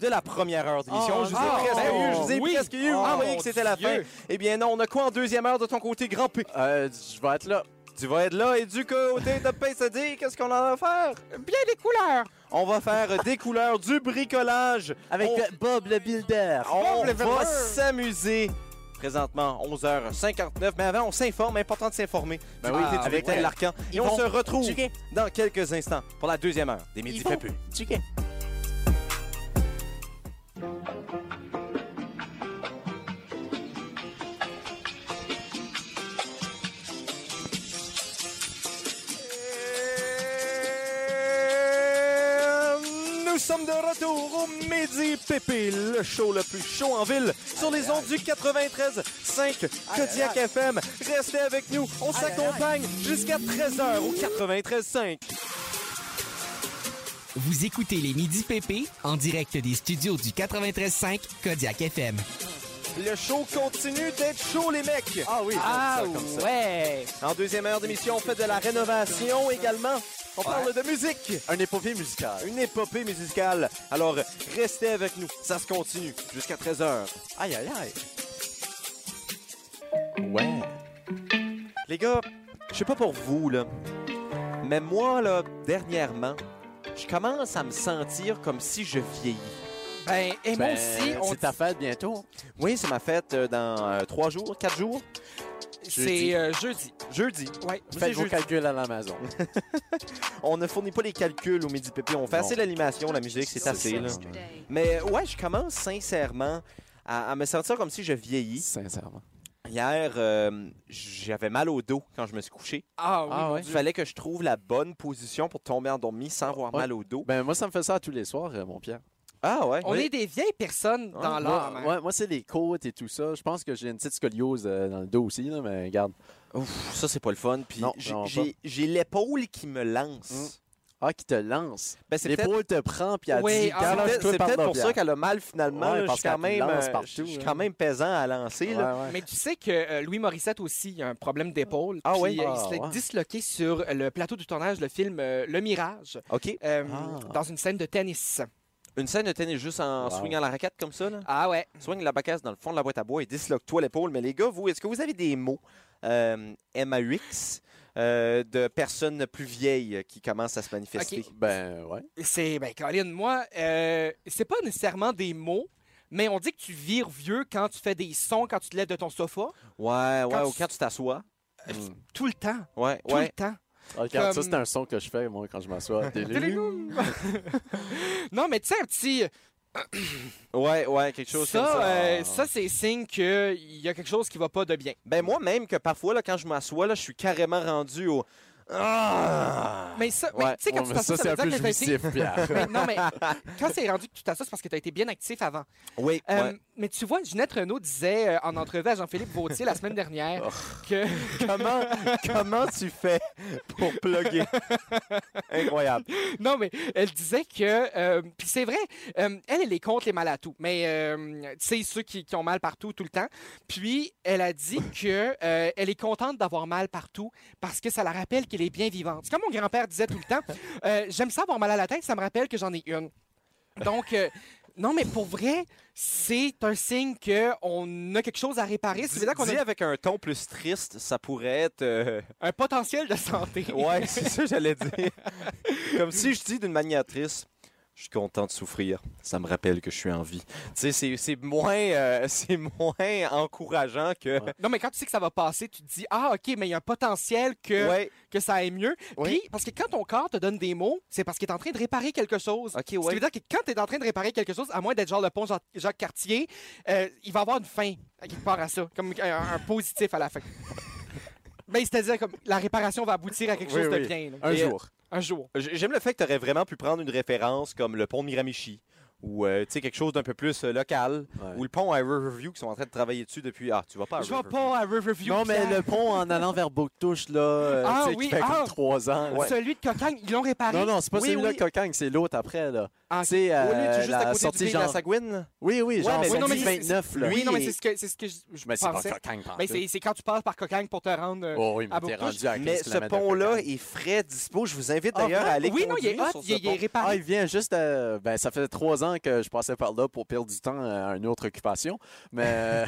A: de la première heure d'émission.
D: Oh,
A: je vous ai
D: non.
A: presque eu, je vous ai
C: Oui.
A: presque eu.
C: Oh,
A: ah oui, que c'était la fin.
C: Dieu.
A: Eh bien non, on a quoi en deuxième heure de ton côté, Grand P?
D: Euh, je vais être là.
A: Tu vas être là et du côté de PSD, qu'est-ce qu'on en a à faire?
C: Bien des couleurs.
A: On va faire des couleurs, du bricolage. on,
D: Bob le Builder.
A: on
C: le
A: va
C: Weber.
A: s'amuser. Présentement, 11h59. Mais avant, on s'informe. Important de s'informer.
D: Ben
A: Du
D: oui,
A: côté
D: ah,
A: du
D: oui.
A: Tel Larcan. Et
D: Ils
A: on
D: vont
A: se retrouve
D: checker.
A: dans quelques instants pour la deuxième heure des Midi Pépus. Nous sommes de retour au Midi Pépé, le show le plus chaud en ville, sur les ondes du 93.5 Kodiak FM. Restez avec nous, on s'accompagne jusqu'à 13h au 93.5.
B: Vous écoutez les Midi PP en direct des studios du 93.5 Kodiak FM.
A: Le show continue d'être chaud, les mecs.
D: Ah oui,
C: Ah,
D: comme ça.
C: ouais.
A: En deuxième heure d'émission, on fait de la rénovation également. On parle de musique.
D: Un épopée musicale.
A: Une épopée musicale. Alors, restez avec nous. Ça se continue jusqu'à 13h.
D: Aïe, aïe, aïe. Ouais.
A: Les gars, je sais pas pour vous, là, mais moi, là, dernièrement, je commence à me sentir comme si je vieillis.
C: Ben, et moi
D: Ben,
C: aussi, on
D: c'est ta fête bientôt.
A: Oui, c'est ma fête euh, dans euh, trois jours, quatre jours.
C: c'est euh, jeudi.
A: Jeudi.
C: Ouais.
D: Faites vos
A: jeudi.
D: calculs à la maison.
A: On ne fournit pas les calculs au Midi Pépé. On fait
D: Non.
A: assez l'animation, la musique, c'est assez, là. Mais ouais, je commence sincèrement à, à me sentir comme si je vieillis.
D: Sincèrement.
A: Hier, euh, j'avais mal au dos quand je me suis couché.
C: Ah oui.
D: Ah ouais?
A: Il fallait que je trouve la bonne position pour tomber endormi sans avoir
D: Ouais.
A: mal au dos.
D: Ben moi, ça me fait ça tous les soirs, euh, mon Pierre.
A: Ah ouais?
C: On
A: Oui.
C: est des vieilles personnes dans
A: Ah,
C: l'âme. hein.
D: Moi, ouais, moi, c'est les côtes et tout ça. Je pense que j'ai une petite scoliose euh, dans le dos aussi, là, mais regarde.
A: Ouf, ça, c'est pas le fun. Puis
D: Non,
A: j'ai-
D: non, pas.
A: j'ai j'ai l'épaule qui me lance.
D: Ah, qui te lance.
A: Ben, c'est peut-être
D: L'épaule te prend, puis elle
C: Oui,
D: dit,
C: ah,
A: c'est
C: Alors,
D: Galoche-toi
A: peut-être- c'est
D: par
A: peut-être
D: la
A: pour
D: bière.
A: ça qu'elle a mal finalement.
D: Ouais,
A: là. je,
D: parce
A: suis quand
D: qu'elle
A: même,
D: lance
A: euh,
D: partout,
A: je suis
D: hein.
A: quand même pesant à lancer. là.
D: Ouais, ouais.
C: Mais tu sais que euh, Louis Morissette aussi, il a un problème d'épaule.
A: Ah
C: puis,
A: oui?
C: euh, il
D: Ah,
C: s'est
D: ouais.
C: disloqué sur le plateau du tournage, le film euh, Le Mirage,
A: OK.
C: euh,
D: Ah.
C: dans une scène de tennis.
A: Une scène de tennis juste en
D: Wow.
A: swingant la raquette comme ça. Là.
C: Ah ouais.
A: Soigne la bacasse dans le fond de la boîte à bois et disloque-toi l'épaule. Mais les gars, vous, est-ce que vous avez des mots euh, MAUX euh, de personnes plus vieilles euh, qui commencent à se manifester?
D: Ben, ouais.
C: C'est, ben, Colin, moi, euh, c'est pas nécessairement des mots, mais on dit que tu vires vieux quand tu fais des sons, quand tu te lèves de ton sofa.
A: Ouais, ouais,
C: Quand
A: ou
C: tu-
A: quand tu t'assois.
C: Tout le temps.
A: Ouais,
C: Tout le
A: ouais.
C: temps.
D: Ah, regarde,
C: Comme-
D: ça, c'est un son que je fais, moi, quand je m'assois.
C: non, mais tu sais, un petit.
A: Ouais, ouais, quelque chose
C: ça,
A: comme ça.
C: euh, ça, c'est signe qu'il y a quelque chose qui va pas de bien.
A: Ben moi-même que parfois, là, quand je m'assois, là, je suis carrément rendu au... Ah!
C: Mais ça, mais
A: Ouais,
C: tu sais, quand
D: Ouais,
C: tu
D: mais
C: t'assois,
D: ça,
C: ça veut
D: c'est un
C: dire
D: peu
C: que t'as été-
D: jouissif, Pierre.
C: Mais non, mais quand c'est rendu que tu t'assois, c'est parce que tu as été bien actif avant.
A: Oui,
C: Euh,
A: ouais.
C: Mais tu vois, Ginette Renault disait euh, en entrevue à Jean-Philippe Vautier la semaine dernière que.
A: comment, comment tu fais pour plugger? Incroyable.
C: Non, mais elle disait que. euh, Puis c'est vrai, euh, elle, elle est contre les mal à tout. Mais euh, tu sais, ceux qui, qui ont mal partout tout le temps. Puis elle a dit que euh, elle est contente d'avoir mal partout parce que ça la rappelle qu'elle est bien vivante. C'est comme mon grand-père disait tout le temps euh, J'aime ça avoir mal à la tête, ça me rappelle que j'en ai une. Donc. euh, non, mais pour vrai, c'est un signe qu'on a quelque chose à réparer.
A: Dis,
C: C'est là qu'on
A: dis
C: a
A: avec un ton plus triste, ça pourrait être... euh,
C: un potentiel de santé.
A: Ouais, c'est ça que j'allais dire. Comme si je dis d'une manière triste, je suis content de souffrir. Ça me rappelle que je suis en vie. Tu sais, c'est- c'est moins, euh, c'est moins encourageant que.
D: Ouais.
C: Non, mais quand tu sais que ça va passer, tu te dis Ah, OK, mais il y a un potentiel que,
A: Ouais.
C: que ça aille mieux.
A: Oui.
C: Puis, parce que quand ton corps te donne des mots, c'est parce qu'il est en train de réparer quelque chose.
A: Ok,
C: Ce qui
A: ouais.
C: veut dire que quand tu es en train de réparer quelque chose, à moins d'être genre le pont Jean- Jacques Cartier, euh, il va avoir une fin à quelque part à ça, comme un, un positif à la fin. Mais c'est-à-dire que la réparation va aboutir à quelque
D: Oui,
C: chose de
D: oui.
C: bien. là. euh,
D: Un
A: Et- euh,
D: jour.
C: Un jour.
A: J- J'aime le fait que tu aurais vraiment pu prendre une référence comme le pont Miramichi ou euh, tu sais quelque chose d'un peu plus euh, local
D: Ouais.
A: ou le pont à Riverview qui sont en train de travailler dessus depuis. Ah, tu vas pas à
C: Je vais
A: Riverview.
C: pas à Riverview.
D: Non, mais
C: Pierre.
D: le pont en allant vers Bouctouche, là, euh,
C: Ah
D: tu sais,
C: oui,
D: qui fait
C: ah.
D: comme trois ans. là.
C: Celui de Cocagne, ils l'ont réparé.
D: Non, non, c'est pas
A: Oui,
D: celui-là,
A: oui.
D: Cocagne, c'est l'autre après, là.
C: Ah,
D: C'est
A: Au
D: euh,
A: lieu d'être juste à
D: la
A: côté
D: sortie
A: du de la
D: genre...
A: Sagouine.
D: Oui, oui, genre
A: mais
C: Oui, non, mais
D: sortie
C: c'est-
D: 29, là.
C: Oui, non, mais
A: Lui,
C: c'est ce que, c'est ce que je, je
D: Mais c'est pas
C: pensais.
D: Cocagne, par
C: Ben, c'est c'est quand tu passes par Cocagne pour te rendre. euh,
D: Oh oui, mais
C: à
D: t'es
C: Bouctouche.
D: rendu à 15
A: Mais ce
D: kilomètres de
A: pont-là
D: Cocagne.
A: est frais, dispo. Je vous invite
D: Ah,
A: d'ailleurs à aller
C: oui, non, il est
A: conduire
C: hot,
A: sur
C: il,
A: ce
C: il est
A: pont.
D: Ah,
C: réparé.
D: il vient juste. euh, ben, ça faisait trois ans que je passais par là pour perdre du temps à une autre occupation. Mais euh,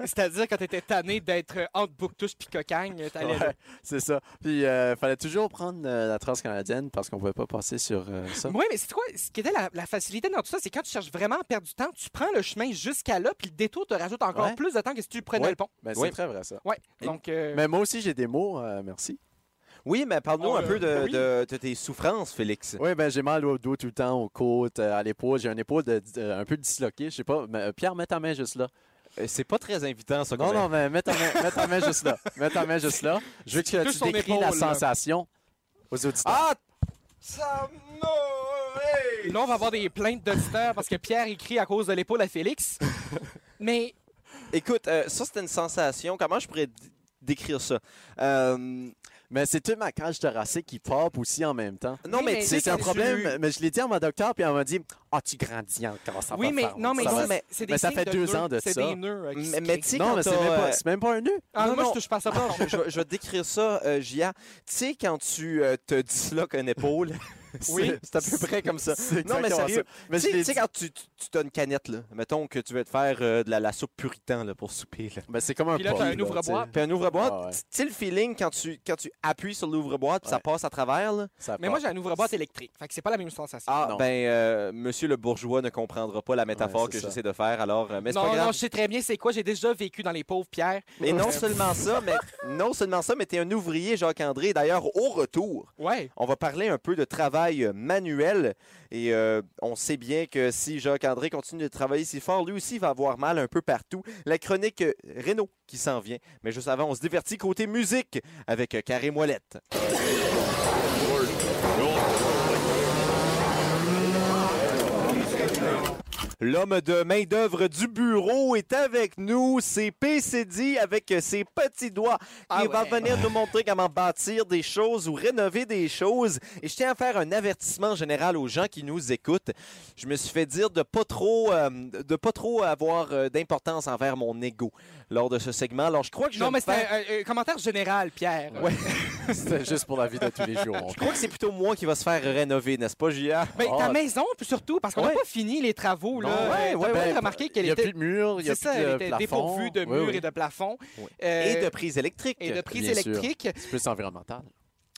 C: C'est-à-dire quand t'étais tanné d'être euh, entre Bouctouche puis Cocagne, euh, t'allais là.
D: ouais, c'est ça. Puis il fallait toujours prendre euh, la transcanadienne parce qu'on pouvait pas passer sur euh, ça.
C: Oui, mais c'est quoi? Ce qui était la, la facilité dans tout ça, c'est quand tu cherches vraiment à perdre du temps, tu prends le chemin jusqu'à là, puis le détour te rajoute encore
D: Ouais.
C: plus de temps que si tu prenais
D: Ouais.
C: le pont.
D: Ben, c'est
A: Oui.
D: très vrai, ça.
C: Ouais. Donc, euh,
D: Mais moi aussi, j'ai des mots, euh, merci.
A: Ah, Oui, mais parle-nous
C: Oh,
A: un
C: euh,
A: peu de,
C: oui.
A: de- de tes souffrances, Félix.
D: Oui, ben j'ai mal au dos tout le temps, aux côtes, euh, à l'épaule. J'ai une épaule de- euh, un peu disloquée, je sais pas. Mais, euh, Pierre, mets ta main juste là.
A: Euh, C'est pas très invitant, ça.
D: Non,
A: comme-
D: non, mais mets ta main, mets ta main juste là. Mets ta main juste là. Je veux que
C: Touche
D: tu
C: son
D: décris la
C: épaule, là.
D: sensation aux auditeurs.
A: Ah! Ça m'aurait-
C: là, on va avoir des plaintes d'auditeurs parce que Pierre écrit à cause de l'épaule à Félix. mais
A: Écoute, euh, ça, c'était une sensation. Comment je pourrais d- décrire ça? Euh, non,
D: Mais c'est toute ma cage thoracique qui pop aussi en même temps.
C: Oui,
A: mais
C: mais
A: tu sais,
D: C'est c'est un
A: tu-
D: problème, mais je l'ai dit à mon docteur, puis elle m'a dit Ah, tu grandis encore, ça
C: oui,
D: va
C: mais
D: faire-
C: non, mais
D: ça
C: ça,
D: va-
C: c'est- c'est des
D: mais ça
C: signes
D: fait deux
C: nœuds.
D: ans de
C: C'est
D: ça.
C: des nœurs. euh, qui se
A: Mais, mais
C: créent.
A: tu sais,
D: Non,
A: quand
D: mais c'est
A: t'as,
D: même, pas-
A: euh,
D: c'est même pas un nœud.
C: Ah,
A: non,
C: moi,
A: non.
C: je touche pas à ça.
A: Ah, je, je vais- je vais te décrire ça, euh, Gia. Tu sais, quand tu euh, te disloques une épaule,
C: Oui.
A: c'est- c'est à peu près comme ça.
D: C'est
A: Non, mais
D: exactement
A: sérieux,
D: ça.
A: Tu
D: Mais je
A: sais,
D: l'ai
A: tu sais,
D: dit-
A: quand tu, tu, tu as une canette, là, mettons que tu veux te faire euh, de la, la soupe puritan là, pour souper. Là.
D: Ben, c'est comme un
C: Puis là, t'as
D: pop,
C: un ouvre-boîte.
D: tu
A: Puis un ouvre-boîte,
D: Ah ouais.
A: tu tu sais le feeling quand tu, quand tu appuies sur l'ouvre-boîte puis ça
D: Ouais.
A: passe à travers? Là?
D: sais, ça
C: Mais moi,
D: pop.
C: j'ai un ouvre-boîte électrique. Fait que c'est pas la même sensation.
A: Ah,
D: Non.
A: ben, euh, monsieur le bourgeois ne comprendra pas la métaphore
D: Ouais,
A: que
D: c'est ça.
A: j'essaie de faire, alors, euh, mais c'est
C: non,
A: pas grave.
C: non, je sais très bien c'est quoi. J'ai déjà vécu dans les pauvres Pierre.
A: Et non seulement ça, mais non seulement ça, mais t'es un ouvrier, Jacques-André. D'ailleurs, au retour,
C: Ouais.
A: on va parler un peu de travail euh, manuel. Et euh, on sait bien que si Jacques-André continue de travailler si fort, lui aussi va avoir mal un peu partout. La chronique euh, Renault qui s'en vient. Mais juste avant, on se divertit côté musique avec euh, Carré Moilette. L'homme de main-d'œuvre du bureau est avec nous. C'est PCD avec euh, ses petits doigts.
C: Ah
A: Il va
C: ouais.
A: venir nous montrer comment bâtir des choses ou rénover des choses. Et je tiens à faire un avertissement général aux gens qui nous écoutent. Je me suis fait dire de pas trop, euh, de pas trop avoir euh, d'importance envers mon ego lors de ce segment. Alors, je crois que je vais
C: Non, mais
A: me
C: c'est
A: faire-
C: un, un- un commentaire général, Pierre.
D: Ouais. C'était juste pour la vie de tous les jours.
A: Je crois que c'est plutôt moi qui va se faire rénover, n'est-ce pas, J.A.?
C: Ben,
D: Ah,
C: ta maison, puis surtout, parce qu'on n'a
A: Ouais.
C: pas fini les travaux. Là.
D: Non,
C: Euh,
A: ouais,
C: t'as
A: ouais,
C: bien
A: ouais.
C: remarqué
D: Il
C: qu'elle
D: n'y a
C: était,
D: plus de mur, il n'y a
C: c'est
D: plus
C: ça, elle
D: de
C: était
D: plafond.
C: dépourvue de
D: Oui,
C: murs
D: oui.
C: et de plafonds.
A: Ouais.
C: Euh,
A: Et de prise électrique.
C: et de prises
D: Bien sûr.
C: électriques.
D: C'est plus environnemental.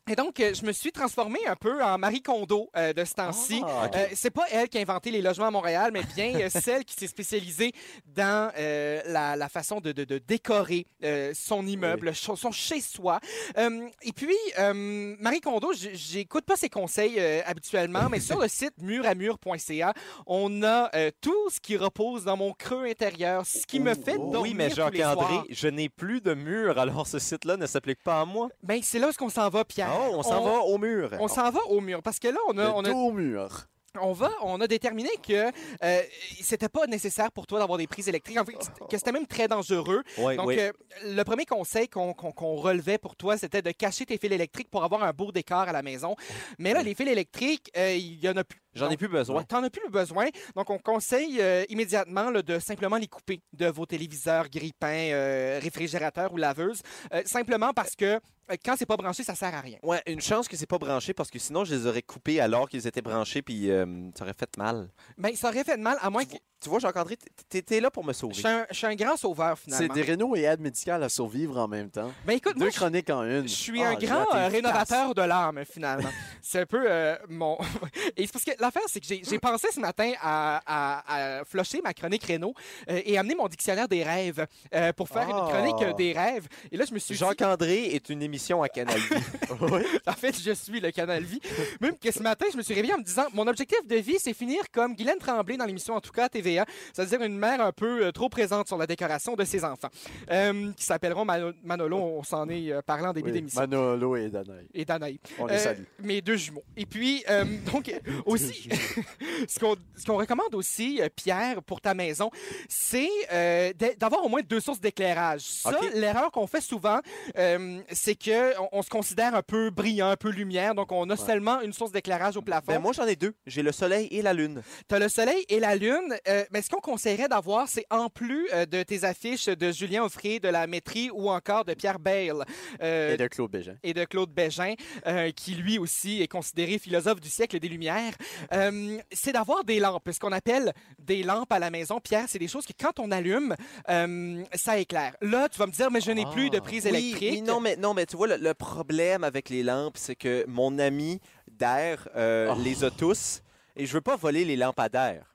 C: Et donc, euh, je me suis transformée un peu en Marie Kondo euh, de ce temps-ci.
A: Ah,
C: Euh, c'est pas elle qui a inventé les logements à Montréal, mais bien euh, celle qui s'est spécialisée dans euh, la, la façon de, de- de décorer euh, son immeuble, cho- son chez-soi. Euh, et puis, euh, Marie Kondo, j- j'écoute pas ses conseils euh, habituellement, mais sur le site muramur.ca, on a euh, tout ce qui repose dans mon creux intérieur, ce qui me fait dormir
A: Oh, oui, mais
C: tous les soirs.
A: Jacques-André, je n'ai plus de mur, alors ce site-là ne s'applique pas à moi.
C: Ben, c'est là où on s'en va, Pierre.
A: Oh, on s'en va au mur.
C: Ben, On s'en va au mur parce que là, on a, on
D: Le
C: a
D: tout mur.
C: on va, on a déterminé que euh, c'était pas nécessaire pour toi d'avoir des prises électriques, en fait, que c'était même très dangereux.
A: Oui,
C: Donc,
A: oui.
C: euh, le premier conseil qu'on qu'on- qu'on relevait pour toi, c'était de cacher tes fils électriques pour avoir un beau décor à la maison. Mais là, les fils électriques, euh, il y en a plus.
A: J'en ai plus besoin.
C: T'en as plus le besoin. Donc, on conseille euh, immédiatement là, de simplement les couper de vos téléviseurs, grippins, euh, réfrigérateurs ou laveuses, euh, simplement parce que euh, quand c'est pas branché, ça sert à rien.
A: Ouais, une chance que c'est pas branché parce que sinon je les aurais coupés alors qu'ils étaient branchés puis euh, ça aurait fait mal.
C: Mais Ben, ça aurait fait de mal, à moins que.
A: Tu vois, Jacques-André, t- t- t'es là pour me sauver.
C: Je suis un, je suis un grand sauveur,
D: C'est
C: finalement.
D: des rénaux et aide médicale à survivre en même temps.
C: Ben, écoute, moi,
D: Deux
C: je-
D: chroniques en une.
C: Je suis
D: Ah,
C: un
D: Jacques,
C: grand
D: t'es
C: euh,
D: efficace.
C: rénovateur de l'âme, finalement. c'est un peu euh, mon. et c'est parce que l'affaire, c'est que j'ai- j'ai pensé ce matin à, à, à flusher ma chronique Renault euh, et amener mon dictionnaire des rêves euh, pour faire
A: Ah.
C: une chronique euh, des rêves. Et là, je me suis dit,
A: Jacques-André est une émission à Canal Vie.
C: en fait, je suis le Canal Vie. Même que ce matin, je me suis réveillé en me disant, mon objectif de vie, c'est finir comme Guylaine Tremblay dans l'émission En tout cas à TVA, c'est-à-dire une mère un peu euh, trop présente sur la décoration de ses enfants, euh, qui s'appelleront Mano- Manolo, on s'en est euh, parlé en début
D: Oui,
C: d'émission,
D: Manolo et Danaï.
C: et Danaï.
D: On les
C: Euh,
D: salue.
C: mes deux jumeaux. Et puis, euh, donc, aussi, ce qu'on ce qu'on recommande aussi, euh, Pierre, pour ta maison, c'est euh, d'a- d'avoir au moins deux sources d'éclairage. Ça,
A: Ok.
C: l'erreur qu'on fait souvent, euh, c'est que on, on se considère un peu brillant, un peu lumière, donc on a seulement une source d'éclairage au plafond.
A: ben moi j'en ai deux. J'ai le soleil et la lune.
C: T'as le soleil et la lune, euh, mais ce qu'on conseillerait d'avoir, c'est en plus euh, de tes affiches de Julien Offray, de la Maîtrie ou encore de Pierre Bayle. Euh,
D: Et de Claude Bégin.
C: et de Claude Bégin, euh, qui lui aussi est considéré philosophe du siècle des Lumières, euh, c'est d'avoir des lampes, ce qu'on appelle des lampes à la maison. Pierre, c'est des choses que quand on allume, euh, ça éclaire. Là, tu vas me dire, mais je n'ai
D: Ah.
C: plus de prise
A: Oui,
C: électrique.
A: oui, non, mais, non, mais tu vois, le, le problème avec les lampes, c'est que mon ami d'air euh,
D: Oh.
A: les a tous et je veux pas voler les lampadaires.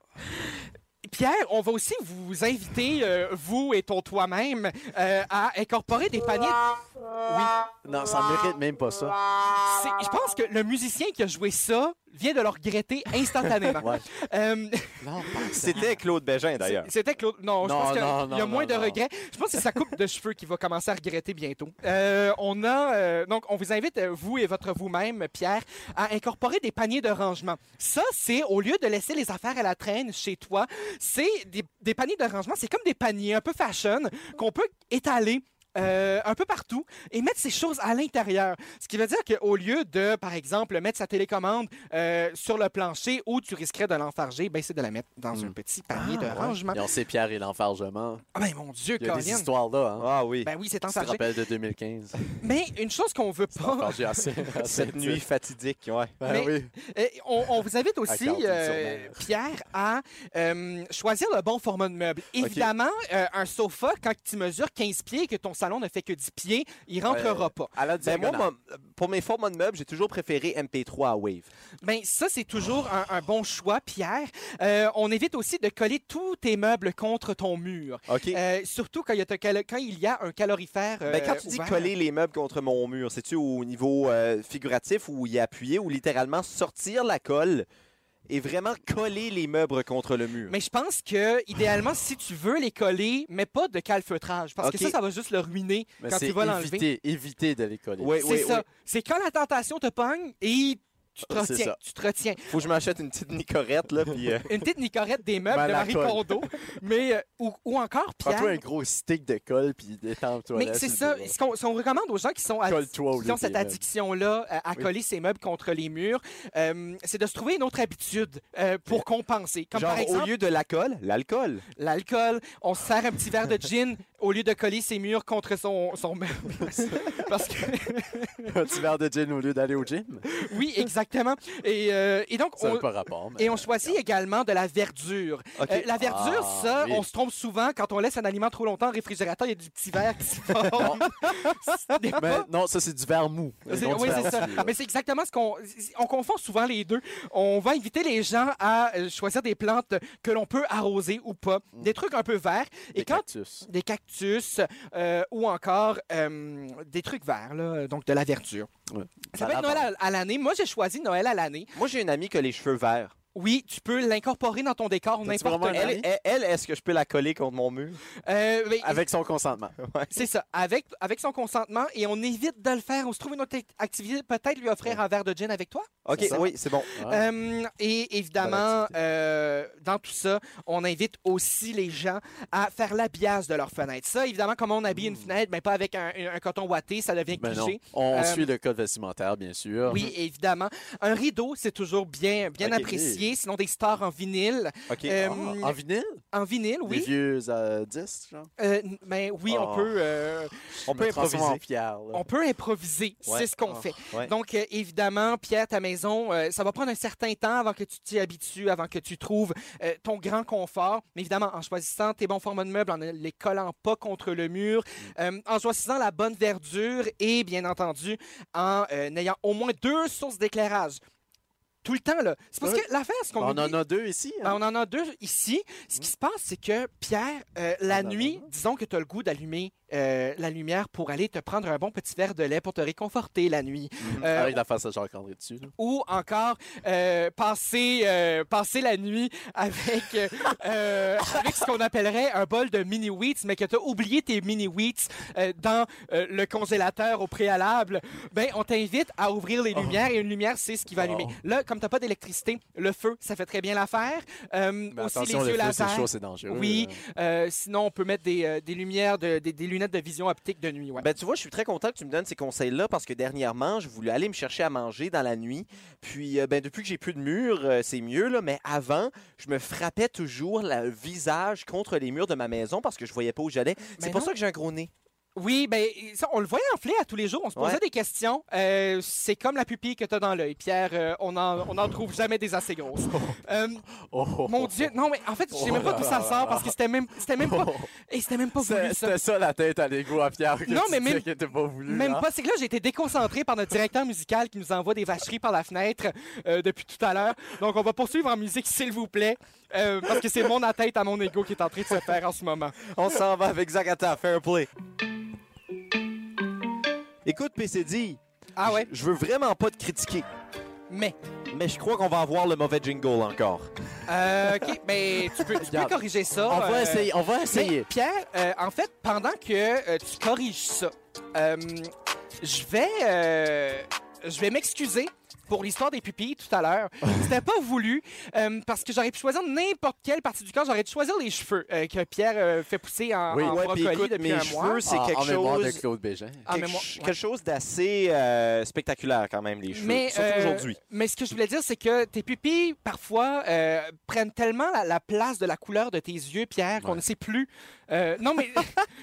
C: Pierre, on va aussi vous inviter, euh, vous et ton toi-même, euh, à incorporer des paniers.
D: Non, ça mérite même pas ça.
C: C'est- Je pense que le musicien qui a joué ça vient de le regretter instantanément.
D: Ouais.
C: Euh,
D: Non,
A: C'était Claude Bégin d'ailleurs.
C: C'était Claude. Non, je
D: Non,
C: pense qu'il y a-
D: non,
C: il y a
D: non,
C: moins
D: non,
C: de
D: non.
C: regrets. Je pense que c'est sa coupe de cheveux qui va commencer à regretter bientôt. Euh, on a euh, donc on vous invite euh, vous et votre vous-même, Pierre, à incorporer des paniers de rangement. Ça, c'est au lieu de laisser les affaires à la traîne chez toi, c'est des, des paniers de rangement. C'est comme des paniers un peu fashion qu'on peut étaler. euh, un peu partout et mettre ces choses à l'intérieur. Ce qui veut dire qu'au lieu de, par exemple, mettre sa télécommande euh, sur le plancher où tu risquerais de l'enfarger, ben, c'est de la mettre dans un petit panier de rangement.
D: Et on sait Pierre et l'enfargement.
C: Ah ben mon Dieu,
D: Il y a des
C: Colin.
D: histoires là. Hein.
A: Ah oui.
C: Ben oui, c'est
D: Tu te
C: enfargé.
D: rappelles de 2015.
C: Mais une chose qu'on veut pas,
D: Enfargé assez.
A: Ah, Cette nuit fatidique, ouais.
D: Ben
C: Mais-
D: oui.
C: Eh, on, on vous invite aussi,
D: Carleton
C: euh,
D: sur mer.
C: Pierre, à euh, choisir le bon format de meuble. Évidemment, euh, un sofa, quand tu mesures 15 pieds et que ton salon ne fait que 10 pieds, il rentrera pas.
D: À la
A: Ben moi,
D: diagonale.
A: mon- pour mes formats de meubles, j'ai toujours préféré MP3 à Wave.
C: Ben, ça, c'est toujours un, un bon choix, Pierre. Euh, on évite aussi de coller tous tes meubles contre ton mur.
A: OK.
C: Euh, surtout quand il, y a ta calo- quand il y a un calorifère.
A: Ben, quand
C: euh,
A: tu dis
C: ouvert.
A: coller les meubles contre mon mur, c'est-tu au niveau euh, figuratif ou y appuyer ou littéralement sortir la colle et vraiment coller les meubles contre le mur?
C: Mais je pense que, idéalement, si tu veux les coller, mais pas de calfeutrage, parce que
A: Ok.
C: ça, ça va juste le ruiner
D: Mais
C: quand
D: c'est
C: tu vas l'enlever.
D: éviter, éviter de les coller.
A: Oui,
C: C'est
A: oui,
C: ça. C'est quand la tentation te pogne et tu te
G: Ah, c'est
C: retiens,
G: ça.
C: tu te retiens.
G: Faut que je m'achète une petite nicorette, là, puis euh,
C: Une petite nicorette des meubles de Marie
G: Malacone.
C: Kondo, mais euh, ou, ou encore Pierre.
D: Prends-toi un gros stick de colle, puis détends-toi.
C: Mais
D: là,
C: c'est
D: sur le
C: ça,
D: bureau.
C: ce qu'on, ce qu'on recommande aux gens qui sont à-
D: Colle-toi au
C: qui ont
D: lieu
C: cette
D: des meubles.
C: addiction-là euh, à
D: Oui.
C: coller ses meubles contre les murs, euh, c'est de se trouver une autre habitude euh, pour compenser. Comme
G: genre
C: par exemple
G: au lieu de la colle, l'alcool.
C: l'alcool, on se sert un petit verre de gin au lieu de coller ses murs contre son, son meuble. Parce que
D: Un petit verre de gin au lieu d'aller au gym.
C: oui, exactement. Et, euh, et donc
D: Ça n'a
C: on,
D: pas rapport. mais-
C: et on choisit également de la verdure.
G: OK.
C: Euh, la verdure,
D: Ah,
C: ça,
D: oui.
C: on se trompe souvent quand on laisse un aliment trop longtemps au réfrigérateur, il y a du petit verre qui se forme. Ce n'est
D: Mais
C: pas-
D: non, ça, c'est du verre mou.
C: C'est-
D: Non, du
C: oui,
D: verre
C: c'est ça.
D: mou.
C: Mais c'est exactement ce qu'on on confond souvent les deux. On va inviter les gens à euh, choisir des plantes que l'on peut arroser ou pas,
D: Mm.
C: des trucs un peu verts. Et
D: Des
C: quand
D: cactus.
C: des cactus euh, ou encore euh, des trucs verts, là, donc de la verdure.
D: Ouais.
C: Ça
G: De
C: peut
G: la
C: être Noël à, à l'année. Moi, j'ai choisi Noël à l'année.
G: Moi, j'ai une amie qui a les cheveux verts.
C: Oui, tu peux l'incorporer dans ton décor
D: T'as-tu
C: n'importe
D: vraiment
C: où.
D: une
G: Elle,
D: amie?
G: elle- elle, est-ce que je peux la coller contre mon mur?
C: Euh, mais-
D: Avec son consentement.
C: C'est ça, avec, avec son consentement et on évite de le faire. On se trouve une autre act- activité, peut-être lui offrir un verre de gin avec toi.
G: OK,
D: C'est ça.
G: oui, c'est bon.
D: Ah.
C: Euh, et évidemment, euh, dans tout ça, on invite aussi les gens à faire l'habillage de leurs fenêtres. Ça, évidemment, comment on habille une fenêtre, mais pas avec un, un coton ouaté, ça devient
D: Mmh. Ben non.
C: cliché.
D: On
C: Euh,
D: suit le code vestimentaire, bien sûr.
C: Oui, évidemment. Un rideau, c'est toujours bien, bien
D: Mhm. Ok.
C: apprécié. Sinon, des stars en vinyle.
G: OK.
D: Ah,
C: Euh,
D: en vinyle?
C: En vinyle,
D: Des
C: oui.
D: vieux Ah. euh, disques, genre?
C: Euh, n- ben oui, on
G: Oh.
C: peut, euh,
G: on peut improviser.
C: on peut improviser.
G: Ouais.
C: C'est ce qu'on
D: Oh,
C: fait.
G: ouais.
C: Donc, euh, évidemment, Pierre, ta maison, euh, ça va prendre un certain temps avant que tu t'y habitues, avant que tu trouves euh, ton grand confort. Mais évidemment, en choisissant tes bons formats de meubles, en ne les collant pas contre le mur,
D: Mm.
C: euh, en choisissant la bonne verdure et, bien entendu, en euh, ayant au moins deux sources d'éclairage. Tout le temps, là. C'est parce
D: Oui.
C: que l'affaire, ce qu'on
D: Ben, On
C: oublie-
D: en a deux ici.
C: Ah,
D: hein?
C: on en a deux ici. Ce qui se passe, c'est que Pierre, euh, la
D: Ah, non,
C: nuit,
D: non,
C: disons que tu as le goût d'allumer euh, la lumière pour aller te prendre un bon petit verre de lait pour te réconforter la nuit.
D: Mhm.
C: Euh,
D: Avec la face à Jacques-André dessus. là.
C: Ou encore euh, passer, euh, passer la nuit avec, euh, euh, avec ce qu'on appellerait un bol de mini wheats, mais que tu as oublié tes mini wheats euh, dans euh, le congélateur au préalable. Ben, on t'invite à ouvrir les lumières et une lumière, c'est ce qui va allumer.
D: Oh.
C: Là, comme tu pas d'électricité, le feu, ça fait très bien l'affaire. Euh,
D: Mais
C: aussi les yeux
D: Ben, attention, le feu, c'est
C: lasers.
D: chaud, c'est dangereux.
C: Oui,
D: là.
C: euh, sinon on peut mettre des, euh, des lumières, de- des, des lunettes de vision optique de nuit. ouais.
G: Ben, tu vois, je suis très content que tu me donnes ces conseils-là parce que dernièrement, je voulais aller me chercher à manger dans la nuit. Puis, euh, ben, depuis que j'ai plus de mur, euh, c'est mieux, là. Mais avant, je me frappais toujours la- le visage contre les murs de ma maison parce que je voyais pas où j'allais. C'est
C: Mais
G: pour
C: non.
G: ça que j'ai un gros nez.
C: Oui, ben ça, on le voyait en à tous les jours, on se posait
G: Ouais.
C: des questions. Euh, c'est comme la pupille que tu as dans l'œil, Pierre, euh, on n'en on en trouve jamais des assez grosses. Euh,
D: Oh, oh,
C: mon
D: oh.
C: Dieu, non mais en fait, je sais même pas d'où ça sort parce que c'était même, c'était même pas, et c'était même pas voulu
D: C'est-
C: ça.
D: Oh. C'était ça la tête à l'égo à Pierre. Que
C: Non,
D: tu
C: mais
D: disais
C: même-
D: que t'as pas voulu.
C: Même
D: hein?
C: pas, c'est que là j'ai été déconcentré par notre directeur musical qui nous envoie des vacheries par la fenêtre euh, depuis tout à l'heure. Donc on va poursuivre en musique s'il vous plaît, euh, parce que c'est mon atteinte à mon ego qui est en train de se faire en ce moment.
G: On s'en va avec Zagata, fair play. Écoute, PCD,
C: Ah ouais?
G: je- je veux vraiment pas te critiquer,
C: Mais.
G: mais je crois qu'on va avoir le mauvais jingle encore.
C: Euh, OK, mais tu peux, tu peux
D: Regarde.
C: corriger ça.
D: On va
C: euh,
D: essayer. On va
C: mais
D: essayer.
C: Pierre, euh, en fait, pendant que euh, tu corriges ça, euh, je vais, euh, je vais m'excuser pour l'histoire des pupilles tout à l'heure. C'était pas voulu euh, parce que j'aurais pu choisir n'importe quelle partie du corps. J'aurais dû choisir les cheveux euh, que Pierre euh, fait pousser en,
D: Oui.
C: en
G: Ouais, puis
C: brocoli
G: écoute, mes
C: depuis un mois.
G: cheveux, c'est
D: En-
G: quelque
D: Ah, en mémoire de
G: chose.
D: Claude Bégin.
C: En
G: quelque,
C: mémoire,
G: ch-
C: Ah, ouais.
G: quelque chose d'assez euh, spectaculaire quand même les cheveux
C: Mais,
G: surtout
C: euh,
G: aujourd'hui
C: Mais ce que je voulais dire, c'est que tes pupilles, parfois, euh, prennent tellement la, la place de la couleur de tes yeux, Pierre, qu'on
D: Ouais.
C: ne sait plus. Euh, non, mais,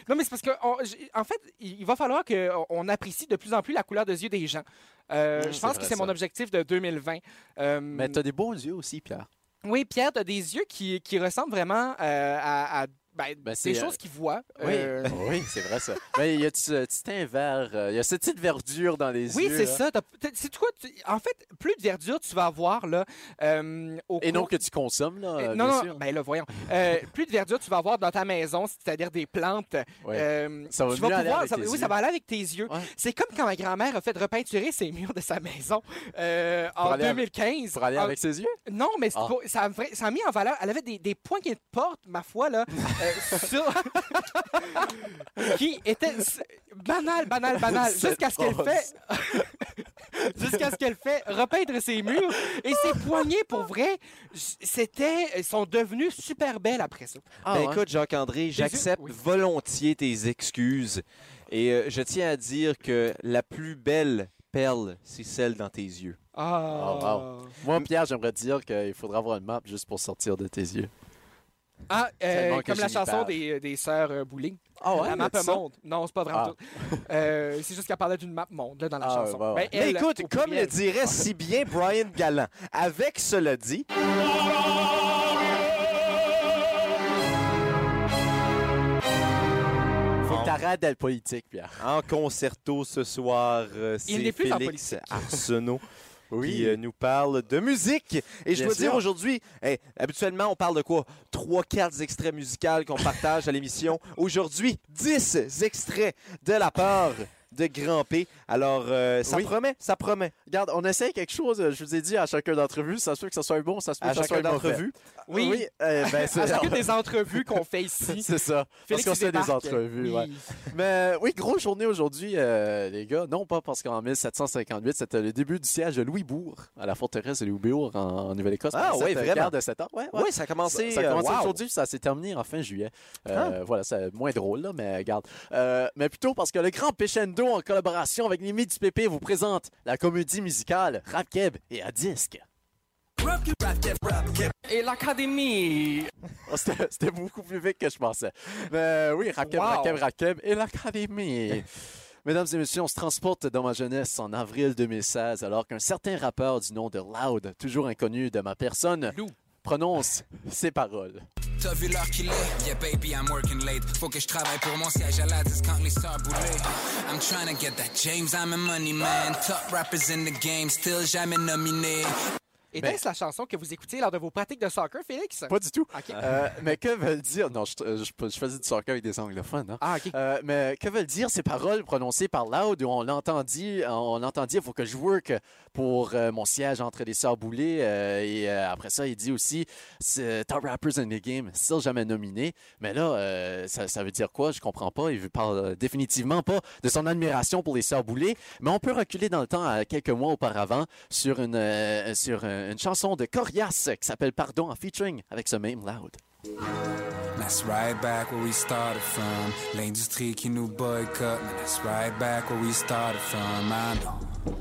C: non, mais c'est parce que, on- j- en fait, il il va falloir qu'on apprécie de plus en plus la couleur des yeux des gens. Euh,
D: Mm,
C: je
D: c'est
C: pense que
D: vrai,
C: c'est mon
D: ça.
C: objectif de 2020. Euh,
D: Mais t'as des beaux yeux aussi, Pierre.
C: oui, Pierre, tu as des yeux qui, qui ressemblent vraiment euh, à, à- ben,
D: Ben, c'est,
C: des
D: euh,
C: choses qu'il voit.
D: Oui,
C: Euh,
D: oui c'est vrai ça. Mais il y a ce petit teint vert, euh, il y a cette petite verdure dans les
C: Oui,
D: yeux. hein.
C: c'est
D: là.
C: ça. T'as- t'as- C'est quoi? tu- En fait, plus de verdure tu vas avoir là, euh, au
D: Et non
C: cours-
D: que tu consommes, là,
C: Euh,
D: euh,
C: non,
D: bien
C: non,
D: sûr.
C: ben là, voyons. Euh, plus de verdure tu vas avoir dans ta maison, c'est-à-dire des plantes.
D: Ouais.
C: euh,
D: Ça va
C: tu
D: mieux
C: vas
D: aller
C: pouvoir,
D: avec
C: ça-
D: tes
C: oui,
D: yeux.
C: ça va aller avec tes yeux.
D: Ouais.
C: C'est comme quand ma grand-mère a fait repeinturer ses murs de sa maison euh, en
D: aller avec-
C: 2015.
D: Pour aller
C: En-
D: avec ses yeux.
C: Non, mais c'est
D: Ah.
C: pour- ça, a vra- ça a mis en valeur. Elle avait des, des poignées de porte, ma foi, là, euh, sur- qui étaient s- banales, banales, banales,
D: Cette
C: jusqu'à ce qu'elle
D: phrase.
C: fait. jusqu'à ce qu'elle fait repeindre ses murs. Et ses poignets, pour vrai, j- c'était, sont devenues super belles après ça.
G: Ben écoute, Jacques-André, j'accepte
C: oui.
G: volontiers tes excuses. Et euh, je tiens à dire que la plus belle perle, c'est celle dans tes yeux.
C: Ah,
D: Oh, Moi, Pierre, j'aimerais dire qu'il faudra avoir une map juste pour sortir de tes yeux.
C: Ah, euh,
D: Tellement que
C: comme la
D: je n'y
C: chanson
D: parle.
C: des, des sœurs euh, Bouling.
D: Ah
C: la map monde. Non, c'est pas vraiment
D: Ah.
C: tout. Euh, c'est juste qu'elle parlait d'une map monde là, dans la
D: Ah,
C: chanson.
D: ouais, ouais, ouais.
C: Ben, elle,
G: écoute,
C: au
G: comme le
C: pluriel.
G: dirait si bien Brian Galland, avec cela dit,
D: Faut que t'arrêtes d'être politique, Pierre.
G: en concerto ce soir, euh,
C: Il
G: c'est
C: n'est plus en
G: Félix
C: politique.
G: Arsenault. qui euh, nous parle de musique. Et je
D: Bien
G: dois
D: sûr.
G: dire aujourd'hui, hey, habituellement, on parle de quoi? Trois, quatre extraits musicaux qu'on partage à l'émission. Aujourd'hui, dix extraits de la part de Grand P. Alors, euh, ça
D: Oui.
G: promet, ça promet.
D: Regarde, on essaie quelque chose, euh, je vous ai dit, à chacun d'entrevue, ça se peut que ce soit bon, ça se peut
G: À
D: que ce soit
G: chacun
D: mauvais.
G: d'entre vous.
C: Oui.
D: euh, ben,
C: À
D: c'est
C: chacune des entrevues qu'on fait ici.
D: c'est ça. Parce
C: Félix,
D: qu'on
C: il
D: fait des
C: débarque.
D: entrevues,
C: Oui.
D: ouais. Mais euh, oui, grosse journée aujourd'hui, euh, les gars. Non pas parce qu'en 1758, c'était le début du siège de Louisbourg, à la forteresse de Louisbourg en, en Nouvelle-Écosse.
G: Ah,
D: Pendant
G: ouais,
D: cette
G: vraiment?
D: guerre de sept ans. Ouais, ouais.
G: Oui, ça a commencé,
D: Ça, ça a
G: euh,
D: commencé
G: wow. Ah.
D: aujourd'hui, ça s'est terminé en fin juillet. Euh, Voilà, c'est moins drôle, là, mais garde. Euh, mais plutôt parce que le grand Pechendo, en collaboration avec Mimi du Pépé, vous présente la comédie musicale Rap Keb et à disque.
B: Et l'Académie.
D: Oh, C'était c'était beaucoup plus vite que je pensais. Mais euh, oui, Rakeb,
C: Wow.
D: Rakeb, Rakeb et l'Académie. Mesdames et messieurs, on se transporte dans ma jeunesse en avril 2016, alors qu'un certain rappeur du nom de Loud, toujours inconnu de ma personne,
C: Lou.
D: prononce ces paroles.
H: T'as vu l'heure qu'il est? Yeah, baby, I'm working late. Faut que je travaille pour mon siège à l'Adis quand les sœurs brûlées. I'm trying to get that James, I'm a money man. Top rappers in the game, still jamais nominé.
C: Et est-ce la chanson que vous écoutiez lors de vos pratiques de soccer, Félix?
D: Ben- Pas du tout.
C: Ok.
D: Euh, mais que veulent dire... Non, je, euh, je- je faisais du soccer avec des anglophones. hein.
C: Ah, OK.
D: Euh, mais que veulent dire ces paroles prononcées par Loud où on l'entendit, on l'entendit, il faut que je work pour euh, mon siège entre les sœurs Boulay. euh, et euh, après ça, il dit aussi, c'est Top Rappers in the Game, still jamais nominé. Mais là, euh, ça, ça veut dire quoi? Je comprends pas. Il parle euh, définitivement pas de son admiration pour les sœurs Boulay. Mais on peut reculer dans le temps à quelques mois auparavant sur une, euh, sur euh, une chanson de Corias qui s'appelle Pardon en featuring avec ce même Loud.
H: That's right back where we started from. L'industrie qui nous boycotte. man, That's right back where we started from. I know.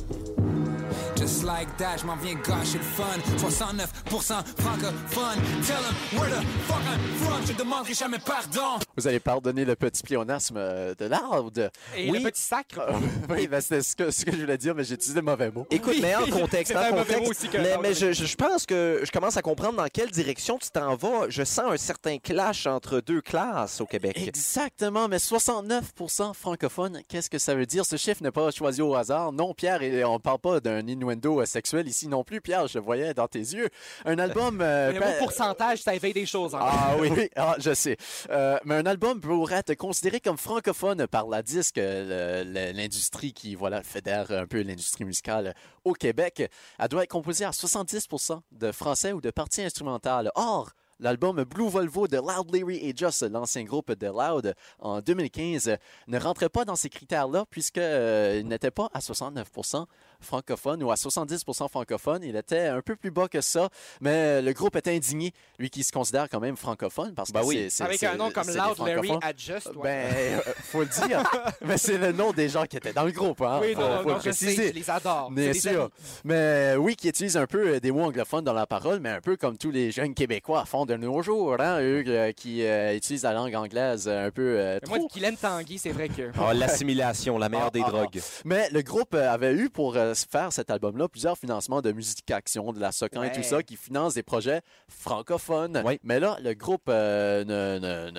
H: Just like that, je m'en viens gâcher le fun. 69% francophone. Tell 'em where the fuck I'm from. Je demanderai jamais pardon.
D: Vous allez pardonner le petit pléonasme euh, de Loud.
C: Et le petit sacre.
D: Euh, oui, ben, c'était ce que, ce que je voulais dire, mais j'ai utilisé le mauvais mot.
G: Écoute, mais en contexte,
C: C'est
G: en
C: un mauvais
G: contexte.
C: mot aussi que-
G: mais
C: non,
G: mais
C: je-
G: je, je- je pense que je commence à comprendre dans quelle direction tu t'en vas. Je sens un certain clash entre deux classes au Québec.
D: Exactement, mais 69% francophones, qu'est-ce que ça veut dire? Ce chiffre n'est pas choisi au hasard. Non, Pierre, et on ne parle pas d'un innuendo euh, sexuel ici non plus. Pierre, je voyais dans tes yeux un album... euh,
C: Le
D: ben-
C: mot pourcentage, ça éveille des choses. hein.
D: Ah oui, oui, ah, je sais. Euh, mais un album pourrait être considéré comme francophone par la disque, euh, le- le- l'industrie qui voilà, fédère un peu l'industrie musicale au Québec. Elle doit être composée à 70% de français ou de parties instrumentales. Or, L'album Blue Volvo de Loud Leary et Just, l'ancien groupe de Loud, en 2015, ne rentrait pas dans ces critères-là puisqu'il n'était pas à 69% francophone ou à 70% francophone. Il était un peu plus bas que ça, mais le groupe est indigné, lui qui se considère quand même francophone parce que
C: Ben
G: Bah oui.
D: ben c'est- c'est-
C: Avec
D: c'est-
C: un nom comme
D: c'est des
C: Loud Larry
D: francophones.
C: Adjust. ouais.
D: Ben, euh, faut le dire, mais c'est le nom des gens qui étaient dans le groupe, hein.
C: oui,
D: faut,
C: non, non,
D: faut le
C: non, je sais,
D: préciser.
C: je les adore.
D: Bien
C: C'est des
D: sûr.
C: amis.
D: Mais oui, qui utilisent un peu euh, des mots anglophones dans la parole, mais un peu comme tous les jeunes Québécois font de nos jours, hein, eux, euh, qui euh, utilisent la langue anglaise euh, un peu
C: Mais
D: euh, trop.
C: Moi, Guylaine Tanguy, c'est vrai que...
G: Ah, L'assimilation, la meilleure
D: Ah,
G: des
D: ah,
G: drogues.
D: Mais le groupe euh, avait eu pour euh, faire cet album-là plusieurs financements de musique action, de la Socan et
C: Ouais.
D: tout ça, qui financent des projets francophones.
G: Ouais.
D: Mais là, le groupe, euh, ne- ne-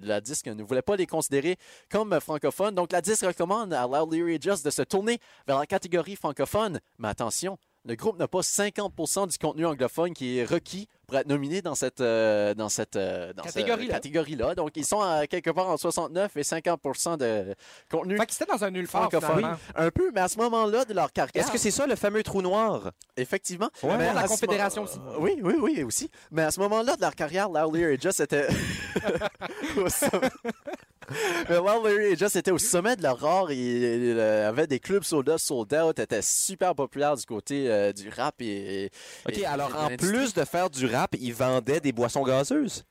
D: ne- la disque ne voulait pas les considérer comme euh, francophones. Donc la disque recommande à Loud Leary Just de se tourner vers la catégorie francophone. Mais attention, le groupe n'a pas 50 du contenu anglophone qui est requis pour être nominé dans cette, euh, dans cette euh, dans cette
C: Catégorie-là.
D: catégorie-là. Donc ils sont à quelque part en 69 et 50 de contenu
C: Fait qu'ils étaient dans un nulle part,
D: Ah, francophone.
C: finalement.
D: Un peu, mais à ce moment-là de leur carrière.
G: Est-ce que c'est ça le fameux trou noir?
D: Effectivement.
G: Ouais.
D: mais
C: Pour la
D: à ce
C: Confédération
D: mo-
C: aussi.
D: Oui, oui, oui, aussi. Mais à ce moment-là de leur carrière, Lowry et Just étaient au sommet- Mais Wild Larry et Just était au sommet de l'aurore. Il, il, euh, avait des clubs sold-out, sold-out. était super populaire du côté euh, du rap. Et, et-
G: OK,
D: et-
G: alors
D: et
G: en
D: de
G: plus de faire du rap, ils vendaient des boissons gazeuses.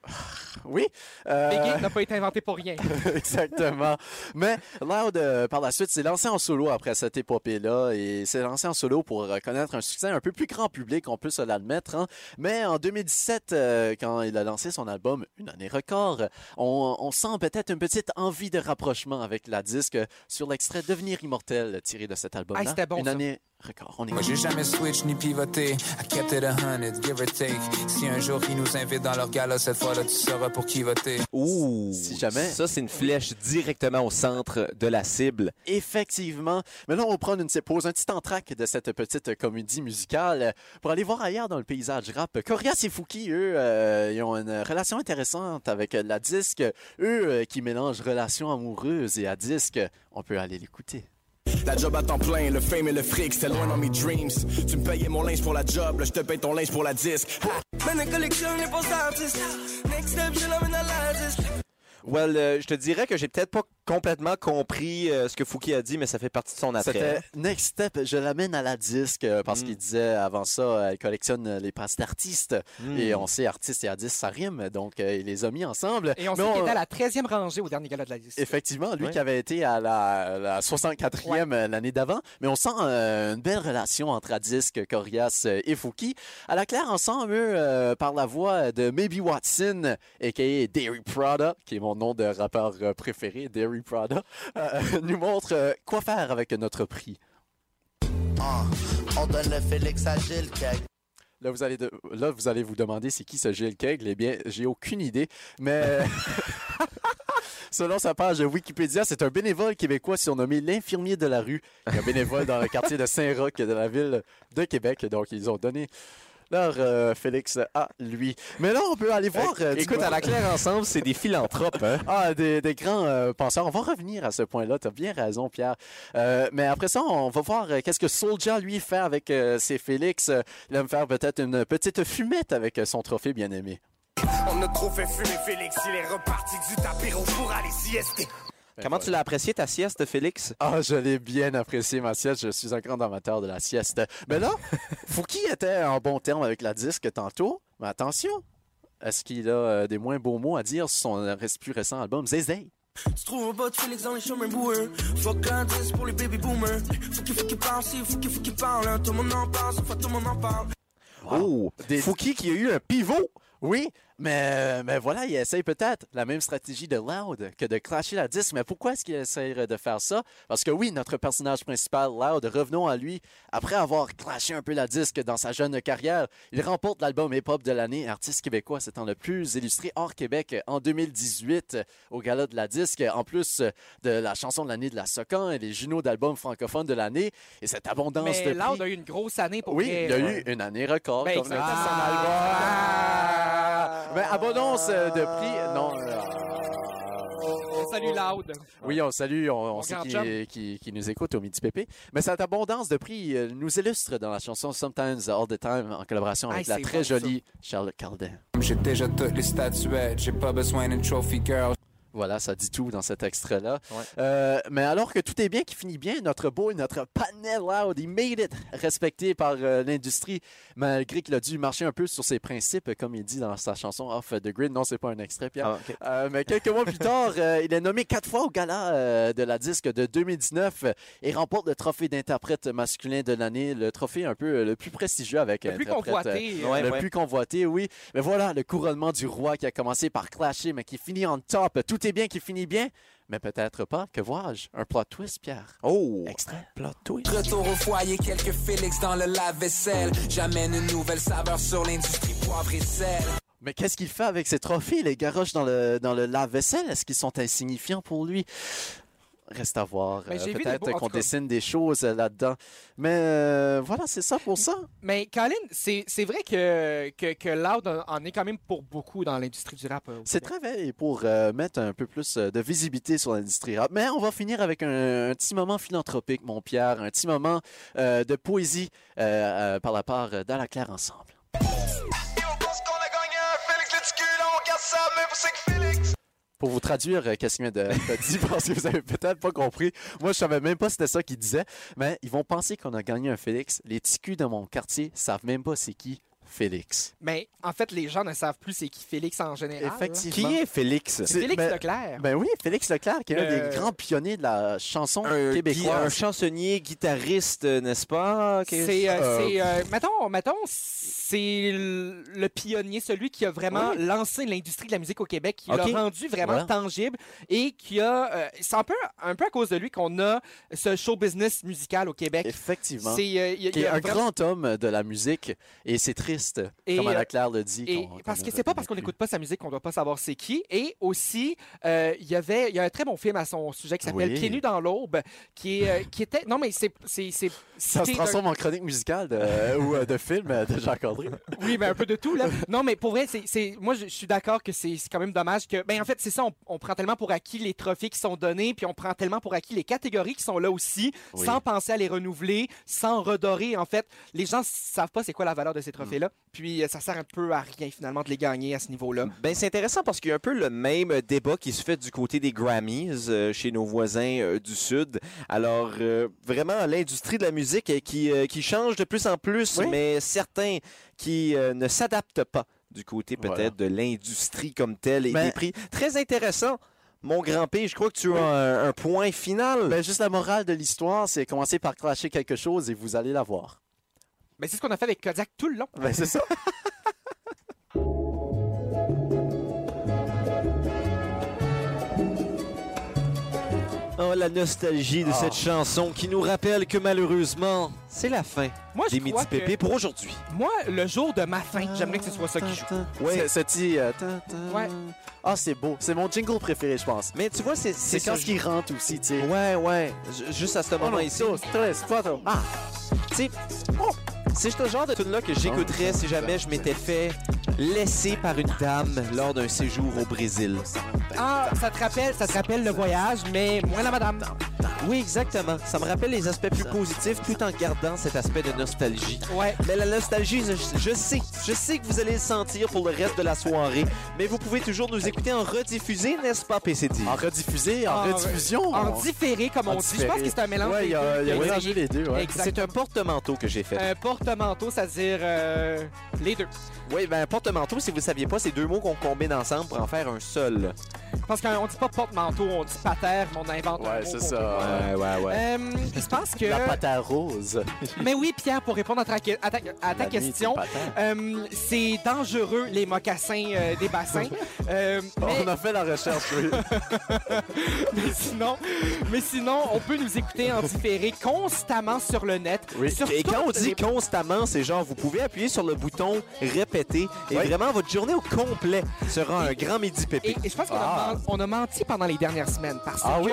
D: Oui. euh,
C: Biggie n'a pas été inventé pour rien.
D: Exactement. Mais Loud, euh, par la suite, s'est lancé en solo après cette épopée-là et s'est lancé en solo pour euh, connaître un succès un peu plus grand public, on peut se l'admettre. hein. Mais en 2017, euh, quand il a lancé son album Une année record, on, on sent peut-être une petite envie de rapprochement avec la disque sur l'extrait Devenir immortel tiré de cet
C: Ah,
D: album-là.
C: c'était bon,
D: Une
C: ça.
D: année record. On
H: Moi j'ai
D: est
H: jamais switch ni pivoté. I kept it a hundred, give or take. Si un jour ils nous invitent dans leur gala, cette fois-là tu sauras pour qui voter.
G: Ouh!
D: Si jamais.
G: Ça, c'est une flèche directement au centre de la cible.
D: Effectivement. Maintenant, on prend une petite pause, un petit entraque de cette petite comédie musicale pour aller voir ailleurs dans le paysage rap. Corias et Fouki, eux, euh, ils ont une relation intéressante avec la disque. Eux euh, qui mélangent relation amoureuse et à disque, on peut aller l'écouter.
I: La job à temps plein, le fame et le fric, c'est loin dans mes dreams. Tu me payais mon linge pour la job, là je te paye ton linge pour la disque. Maintenant collectionne les postes artistes. Next step, je l'emmène à la disque.
G: Well, euh, je te dirais que j'ai peut-être pas complètement compris euh, ce que Fouki a dit, mais ça fait partie de son
D: C'était
G: attrait.
D: Euh, Next Step, je l'amène à la disque euh, parce
G: Mm.
D: qu'il disait avant ça, euh, elle collectionne les passes d'artistes. Et on sait, artiste et à disque, ça rime. Donc, euh, il les a mis ensemble.
C: Et on
D: Mais
C: sait qu'il était à la 13e rangée au dernier gala de la liste.
D: Effectivement, lui
G: Ouais.
D: qui avait été à la, la 64e euh, l'année d'avant, mais on sent euh, une belle relation entre Adisque, Corias euh, et Fouki. À la claire, ensemble, eux, euh, par la voix de Maybe Watson, a.k.a. Dairy Prada, qui est mon nom de rappeur euh, préféré, Dairy Prada, euh, nous montre euh, quoi faire avec notre prix.
E: Ah, On donne le Félix à Gilles Keg.
D: Là, vous allez, de- là, vous, allez vous demander c'est qui ce Gilles Kegel. Eh bien, j'ai aucune idée, mais. Selon sa page Wikipédia, c'est un bénévole québécois surnommé l'infirmier de la rue, qui est un bénévole dans le quartier de Saint-Roch de la ville de Québec. Donc, ils ont donné leur euh, Félix à lui. Mais là, on peut aller voir. euh, du
G: Écoute,
D: coup-
G: à la claire ensemble, c'est des philanthropes. hein.
D: ah, des, des grands euh, penseurs. On va revenir à ce point-là. Tu as bien raison, Pierre. Euh, mais après ça, on va voir euh, qu'est-ce que Soulja, lui, fait avec euh, ses Félix. Euh, Il va me faire peut-être une petite fumette avec euh, son trophée bien-aimé.
I: On a trop fait fumer Félix, il est reparti du tapis rouge pour aller siester.
G: Ben, Comment tu l'as apprécié ta sieste, Félix?
D: Ah, je l'ai bien apprécié, ma sieste. Je suis un grand amateur de la sieste. Mais là, Fouki était en bon terme avec la disque tantôt. Mais attention, est-ce qu'il a euh, des moins beaux mots à dire sur son euh, plus récent album, Zézé?
I: Tu trouves pas de Félix dans les chemins boueux. Fuck un disque pour les baby boomers. Faut qu'il faut qu'il parle, si, faut qu'il faut qu'il parle. hein. Tout le monde en parle, sauf que tout le monde en parle.
G: Oh!
D: Des-
G: Fouki qui a eu un pivot!
D: Oui, mais, mais voilà, il essaye peut-être la même stratégie de Loud que de clasher la disque. Mais pourquoi est-ce qu'il essaye de faire ça? Parce que oui, notre personnage principal, Loud, revenons à lui, après avoir clashé un peu la disque dans sa jeune carrière, il remporte l'album hip-hop de l'année, artiste québécois s'étant le plus illustré hors Québec en 2018 au gala de la disque, en plus de la chanson de l'année de la Socan et les Juno d'album francophone de l'année. Et cette abondance de
C: Mais là,
D: prix-
C: on a eu une grosse année pour
D: oui,
C: vrai,
D: il y a
C: là.
D: eu une année record.
C: Ben,
D: comme le dit son
C: exactement.
D: album.
C: Ah.
D: Ben, abondance euh, de prix. Non. euh,
C: Salut Loud.
D: oui, on salue, on, on
C: Mon
D: sait
C: grand
D: qui,
C: chum.
D: qui- qui nous écoute au Midi Pépé. Mais cette abondance de prix euh, nous illustre dans la chanson Sometimes All the Time en collaboration
C: Aïe,
D: avec la
C: c'est
D: très
C: bon, ça.
D: jolie Charlotte Cardin.
H: J'ai déjà toutes les statuettes, j'ai pas besoin d'une trophy girl.
D: Voilà, ça dit tout dans cet extrait-là.
G: Ouais.
D: Euh, mais alors que tout est bien, qui finit bien, notre beau et notre panel loud, il made it, respecté par euh, l'industrie, malgré qu'il a dû marcher un peu sur ses principes, comme il dit dans sa chanson Off the Grid. Non, c'est pas un extrait, Pierre.
G: Ah, ok.
D: Euh, mais quelques mois plus tard, euh, il est nommé quatre fois au gala euh, de la disque de 2019 euh, et remporte le trophée d'interprète masculin de l'année, le trophée un peu euh, le plus prestigieux avec
C: Le plus
D: interprète,
C: convoité.
D: euh,
G: Ouais,
D: le
G: ouais.
D: plus convoité, oui. Mais voilà, le couronnement du roi qui a commencé par clasher, mais qui finit en top. Tout est bien, qui finit bien, mais peut-être pas. Que vois-je? Un plot twist, Pierre.
G: Oh!
D: Extrait.
G: Plot twist.
H: Retour au foyer, quelques Félix dans le lave-vaisselle. J'amène une nouvelle saveur sur l'industrie poivre et sel.
D: Mais qu'est-ce qu'il fait avec ses trophées, les garoches dans le, dans le lave-vaisselle? Est-ce qu'ils sont insignifiants pour lui? Reste à voir.
C: Mais
D: Euh,
C: j'ai vu des
D: Peut-être
C: beaux- en
D: qu'on
C: tout cas-
D: dessine des choses euh, là-dedans. Mais euh, voilà, c'est ça pour ça.
C: Mais Colin, c'est c'est vrai que, que, que Loud en- en est quand même pour beaucoup dans l'industrie du rap. euh, au
D: C'est
C: Québec.
D: très veille pour euh, mettre un peu plus euh, de visibilité sur l'industrie rap. Mais on va finir avec un, un petit moment philanthropique, mon Pierre, un petit moment euh, de poésie euh, euh, par la part euh, d'À la Claire Ensemble.
I: Et on pense qu'on a gagné un Félix, les ticules, on casse ça, mais pour c'est que Félix.
D: pour vous traduire euh, qu'est-ce qu'il vient de de dire, parce que vous avez peut-être pas compris. Moi, je savais même pas c'était ça qu'il disait, mais ils vont penser qu'on a gagné un Félix. Les ticus de mon quartier savent même pas c'est qui Félix.
C: Mais en fait, les gens ne savent plus c'est qui Félix en général. là.
D: Effectivement.
A: Qui est Félix?
D: C'est-
C: Félix
D: ben-
C: Leclerc.
D: Ben oui, Félix Leclerc, qui est l'un
C: Euh,
D: des grands pionniers de la chanson
A: Un, gui- un
D: québécoise.
A: chansonnier, guitariste, euh, n'est-ce pas? Qu'est-
C: C'est, euh,
D: Euh,
C: c'est, euh, mettons, mettons, c'est le le pionnier, celui qui a vraiment lancé l'industrie de la musique au Québec, qui
A: Ok.
C: l'a rendu vraiment
D: Voilà.
C: tangible et qui a. euh, c'est un peu, un peu à cause de lui qu'on a ce show business musical au Québec.
D: Effectivement.
C: C'est euh, il y a- il
D: Qui
C: y
D: est
C: a
D: un
C: vraiment-
D: grand homme de la musique et c'est triste,
C: Et,
D: comme
C: euh,
D: Anna Claire le dit.
C: Et
D: qu'on- qu'on
C: parce
D: ne
C: que c'est pas parce qu'on
D: reconnaît plus.
C: n'écoute pas sa musique qu'on doit pas savoir c'est qui. Et aussi, euh, il y avait, il y a un très bon film à son sujet qui s'appelle
D: Oui.
C: Pieds nus dans l'aube, qui est, euh, qui était, non mais c'est, c'est, c'est
D: Ça se
C: cité d'un-
D: transforme en chronique musicale de- euh, ou euh, de film euh, de Jacques André.
C: Oui, mais un peu de tout là. Non, mais pour vrai, c'est, c'est- moi je, je suis d'accord que c'est, c'est quand même dommage que, ben en fait c'est ça, on, on prend tellement pour acquis les trophées qui sont donnés, puis on prend tellement pour acquis les catégories qui sont là aussi,
D: Oui.
C: sans penser à les renouveler, sans redorer en fait. Les gens savent pas c'est quoi la valeur de ces trophées là, puis euh, ça sert un peu à rien finalement de les gagner à ce niveau là.
A: Ben, c'est intéressant parce qu'il y a un peu le même débat qui se fait du côté des Grammys euh, chez nos voisins euh, du Sud. Alors, euh, vraiment, l'industrie de la musique euh, qui, euh, qui change de plus en plus,
D: Oui.
A: mais certains qui euh, ne s'adaptent pas du côté peut-être de l'industrie comme telle et
D: Mais-
A: des prix. Très intéressant. Mon grand P, je crois que tu as un, un point final.
D: Ben, juste la morale de l'histoire, c'est commencer par clasher quelque chose et vous allez la voir.
C: Mais c'est ce qu'on a fait avec Kodak tout le long.
D: Ben, c'est ça.
A: Oh, la nostalgie de
D: Ah.
A: cette chanson qui nous rappelle que malheureusement, c'est la fin
C: Moi, je
A: des Midi
C: crois que-
A: Pépé pour aujourd'hui.
C: Moi, le jour de ma fin, j'aimerais que ce soit ça qui joue.
D: Ouais. Ce petit. euh, tin, tin.
C: Ouais.
D: Ah, c'est beau. C'est mon jingle préféré, je pense.
A: Mais tu vois, c'est c'est
D: C'est quand
A: ça
D: ce qui rentre aussi, tu sais. Oh,
A: Ouais, ouais. Ju- Juste à ce moment ici. Ah! Tu sais, oh, c'est le genre de tune là que j'écouterais si jamais je m'étais fait laisser par une dame lors d'un séjour au Brésil.
C: Ah, ça te rappelle, ça te rappelle le voyage, mais moins la madame.
A: Oui, exactement. Ça me rappelle les aspects plus positifs tout en gardant cet aspect de nostalgie.
C: Ouais.
A: Mais la nostalgie, je, je sais, je sais que vous allez le sentir pour le reste de la soirée, mais vous pouvez toujours nous écouter en rediffusé, n'est-ce pas, PCD?
D: En rediffusé, en,
C: En-
D: rediffusion.
C: En
D: on-
C: différé, comme
D: Oh. en
C: on dit. Je pense
D: différé.
C: que c'est un mélange.
D: Ouais,
C: des
D: il y a,
C: deux.
D: il y a
C: Oui.
D: mélangé les deux, ouais.
C: Exact.
A: C'est un porte-manteau que j'ai fait.
C: Un porte-manteau, c'est-à-dire euh, les deux.
A: Oui, ben porte-manteau, si vous ne saviez pas, c'est deux mots qu'on combine ensemble pour en faire un seul.
C: Parce qu'on dit pas porte-manteau, on dit pater, mais on invente un
D: Ouais,
C: mot
D: c'est
C: pour
D: ça.
C: tout.
D: ouais.
A: ouais,
C: Euh, je pense que...
D: La pâte à rose.
C: Mais oui, Pierre, pour répondre à ta, que- à ta- à ta
D: La nuit,
C: question,
D: c'est une patate.
C: euh, c'est dangereux, les mocassins euh, des bassins. Euh, mais-
D: On a fait la recherche, oui.
C: Mais sinon, mais sinon, on peut nous écouter en différé constamment sur le net.
D: Oui.
C: Sur
A: Et quand on
C: toutes les-
A: dit constamment, c'est genre, vous pouvez appuyer sur le bouton répéter et
D: Ouais.
A: vraiment votre journée au complet sera un grand midi
C: Et,
A: pépé.
C: et je pense qu'on
D: Ah.
C: a, men- on a menti pendant les dernières semaines parce
D: Ah
C: que
D: oui?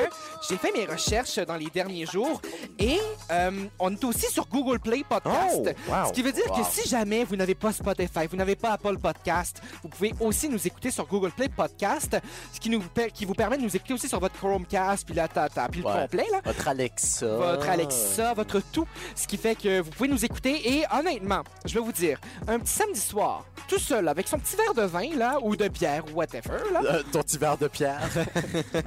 C: j'ai fait mes recherches dans les derniers jours et euh, on est aussi sur Google Play Podcast.
A: Oh, wow.
C: Ce qui veut dire
D: Wow.
C: que si jamais vous n'avez pas Spotify, vous n'avez pas Apple Podcast, vous pouvez aussi nous écouter sur Google Play Podcast, ce qui, nous, per- qui vous permet de nous écouter aussi sur votre Chromecast, puis la tata, puis le
D: Ouais.
C: complet. Là.
D: Votre Alexa.
A: Ah.
C: votre Alexa, votre tout, ce qui fait que vous pouvez nous écouter. Et honnêtement, je vais vous dire, un petit samedi soir, tout seul, avec son petit verre de vin, là, ou de bière, ou whatever, là,
D: Euh, ton petit verre de pierre.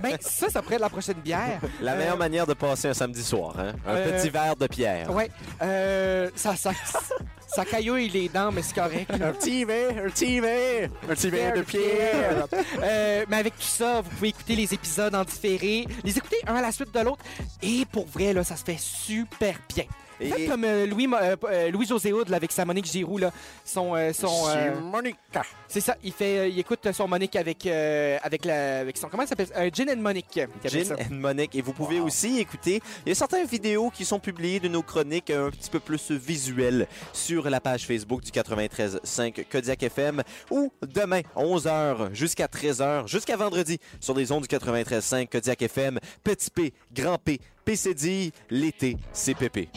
C: ben ça, ça pourrait être la prochaine bière.
A: La
C: Euh,
A: meilleure manière de passer un samedi soir, hein? Un
C: Euh,
A: petit verre de pierre.
C: Ouais, euh, ça, ça, ça caillouille les dents, mais c'est correct.
D: un petit verre, un petit verre. Un petit verre de pierre.
C: Euh, mais avec tout ça, vous pouvez écouter les épisodes en différé, les écouter un à la suite de l'autre. Et pour vrai, là, ça se fait super bien.
A: Et-
C: Faites comme euh, Louis, Mo- euh, euh, Louis-José Houd là, avec sa Monique Giroux, là, son... euh, son euh,
D: Monica.
C: c'est ça, il, fait, euh, il écoute son Monique avec, euh, avec, la, avec son... Comment ça s'appelle? Euh, Gin and Monique. qu'il appelle
A: Gin
C: ça.
A: and Monique. Et vous pouvez aussi écouter, il y a certaines vidéos qui sont publiées de nos chroniques euh, un petit peu plus visuelles sur la page Facebook du 93.5 Kodiak FM ou demain, 11h jusqu'à 13h, jusqu'à vendredi sur les ondes du 93.5 Kodiak FM, Petit P, Grand P, PCD, l'été, CPP.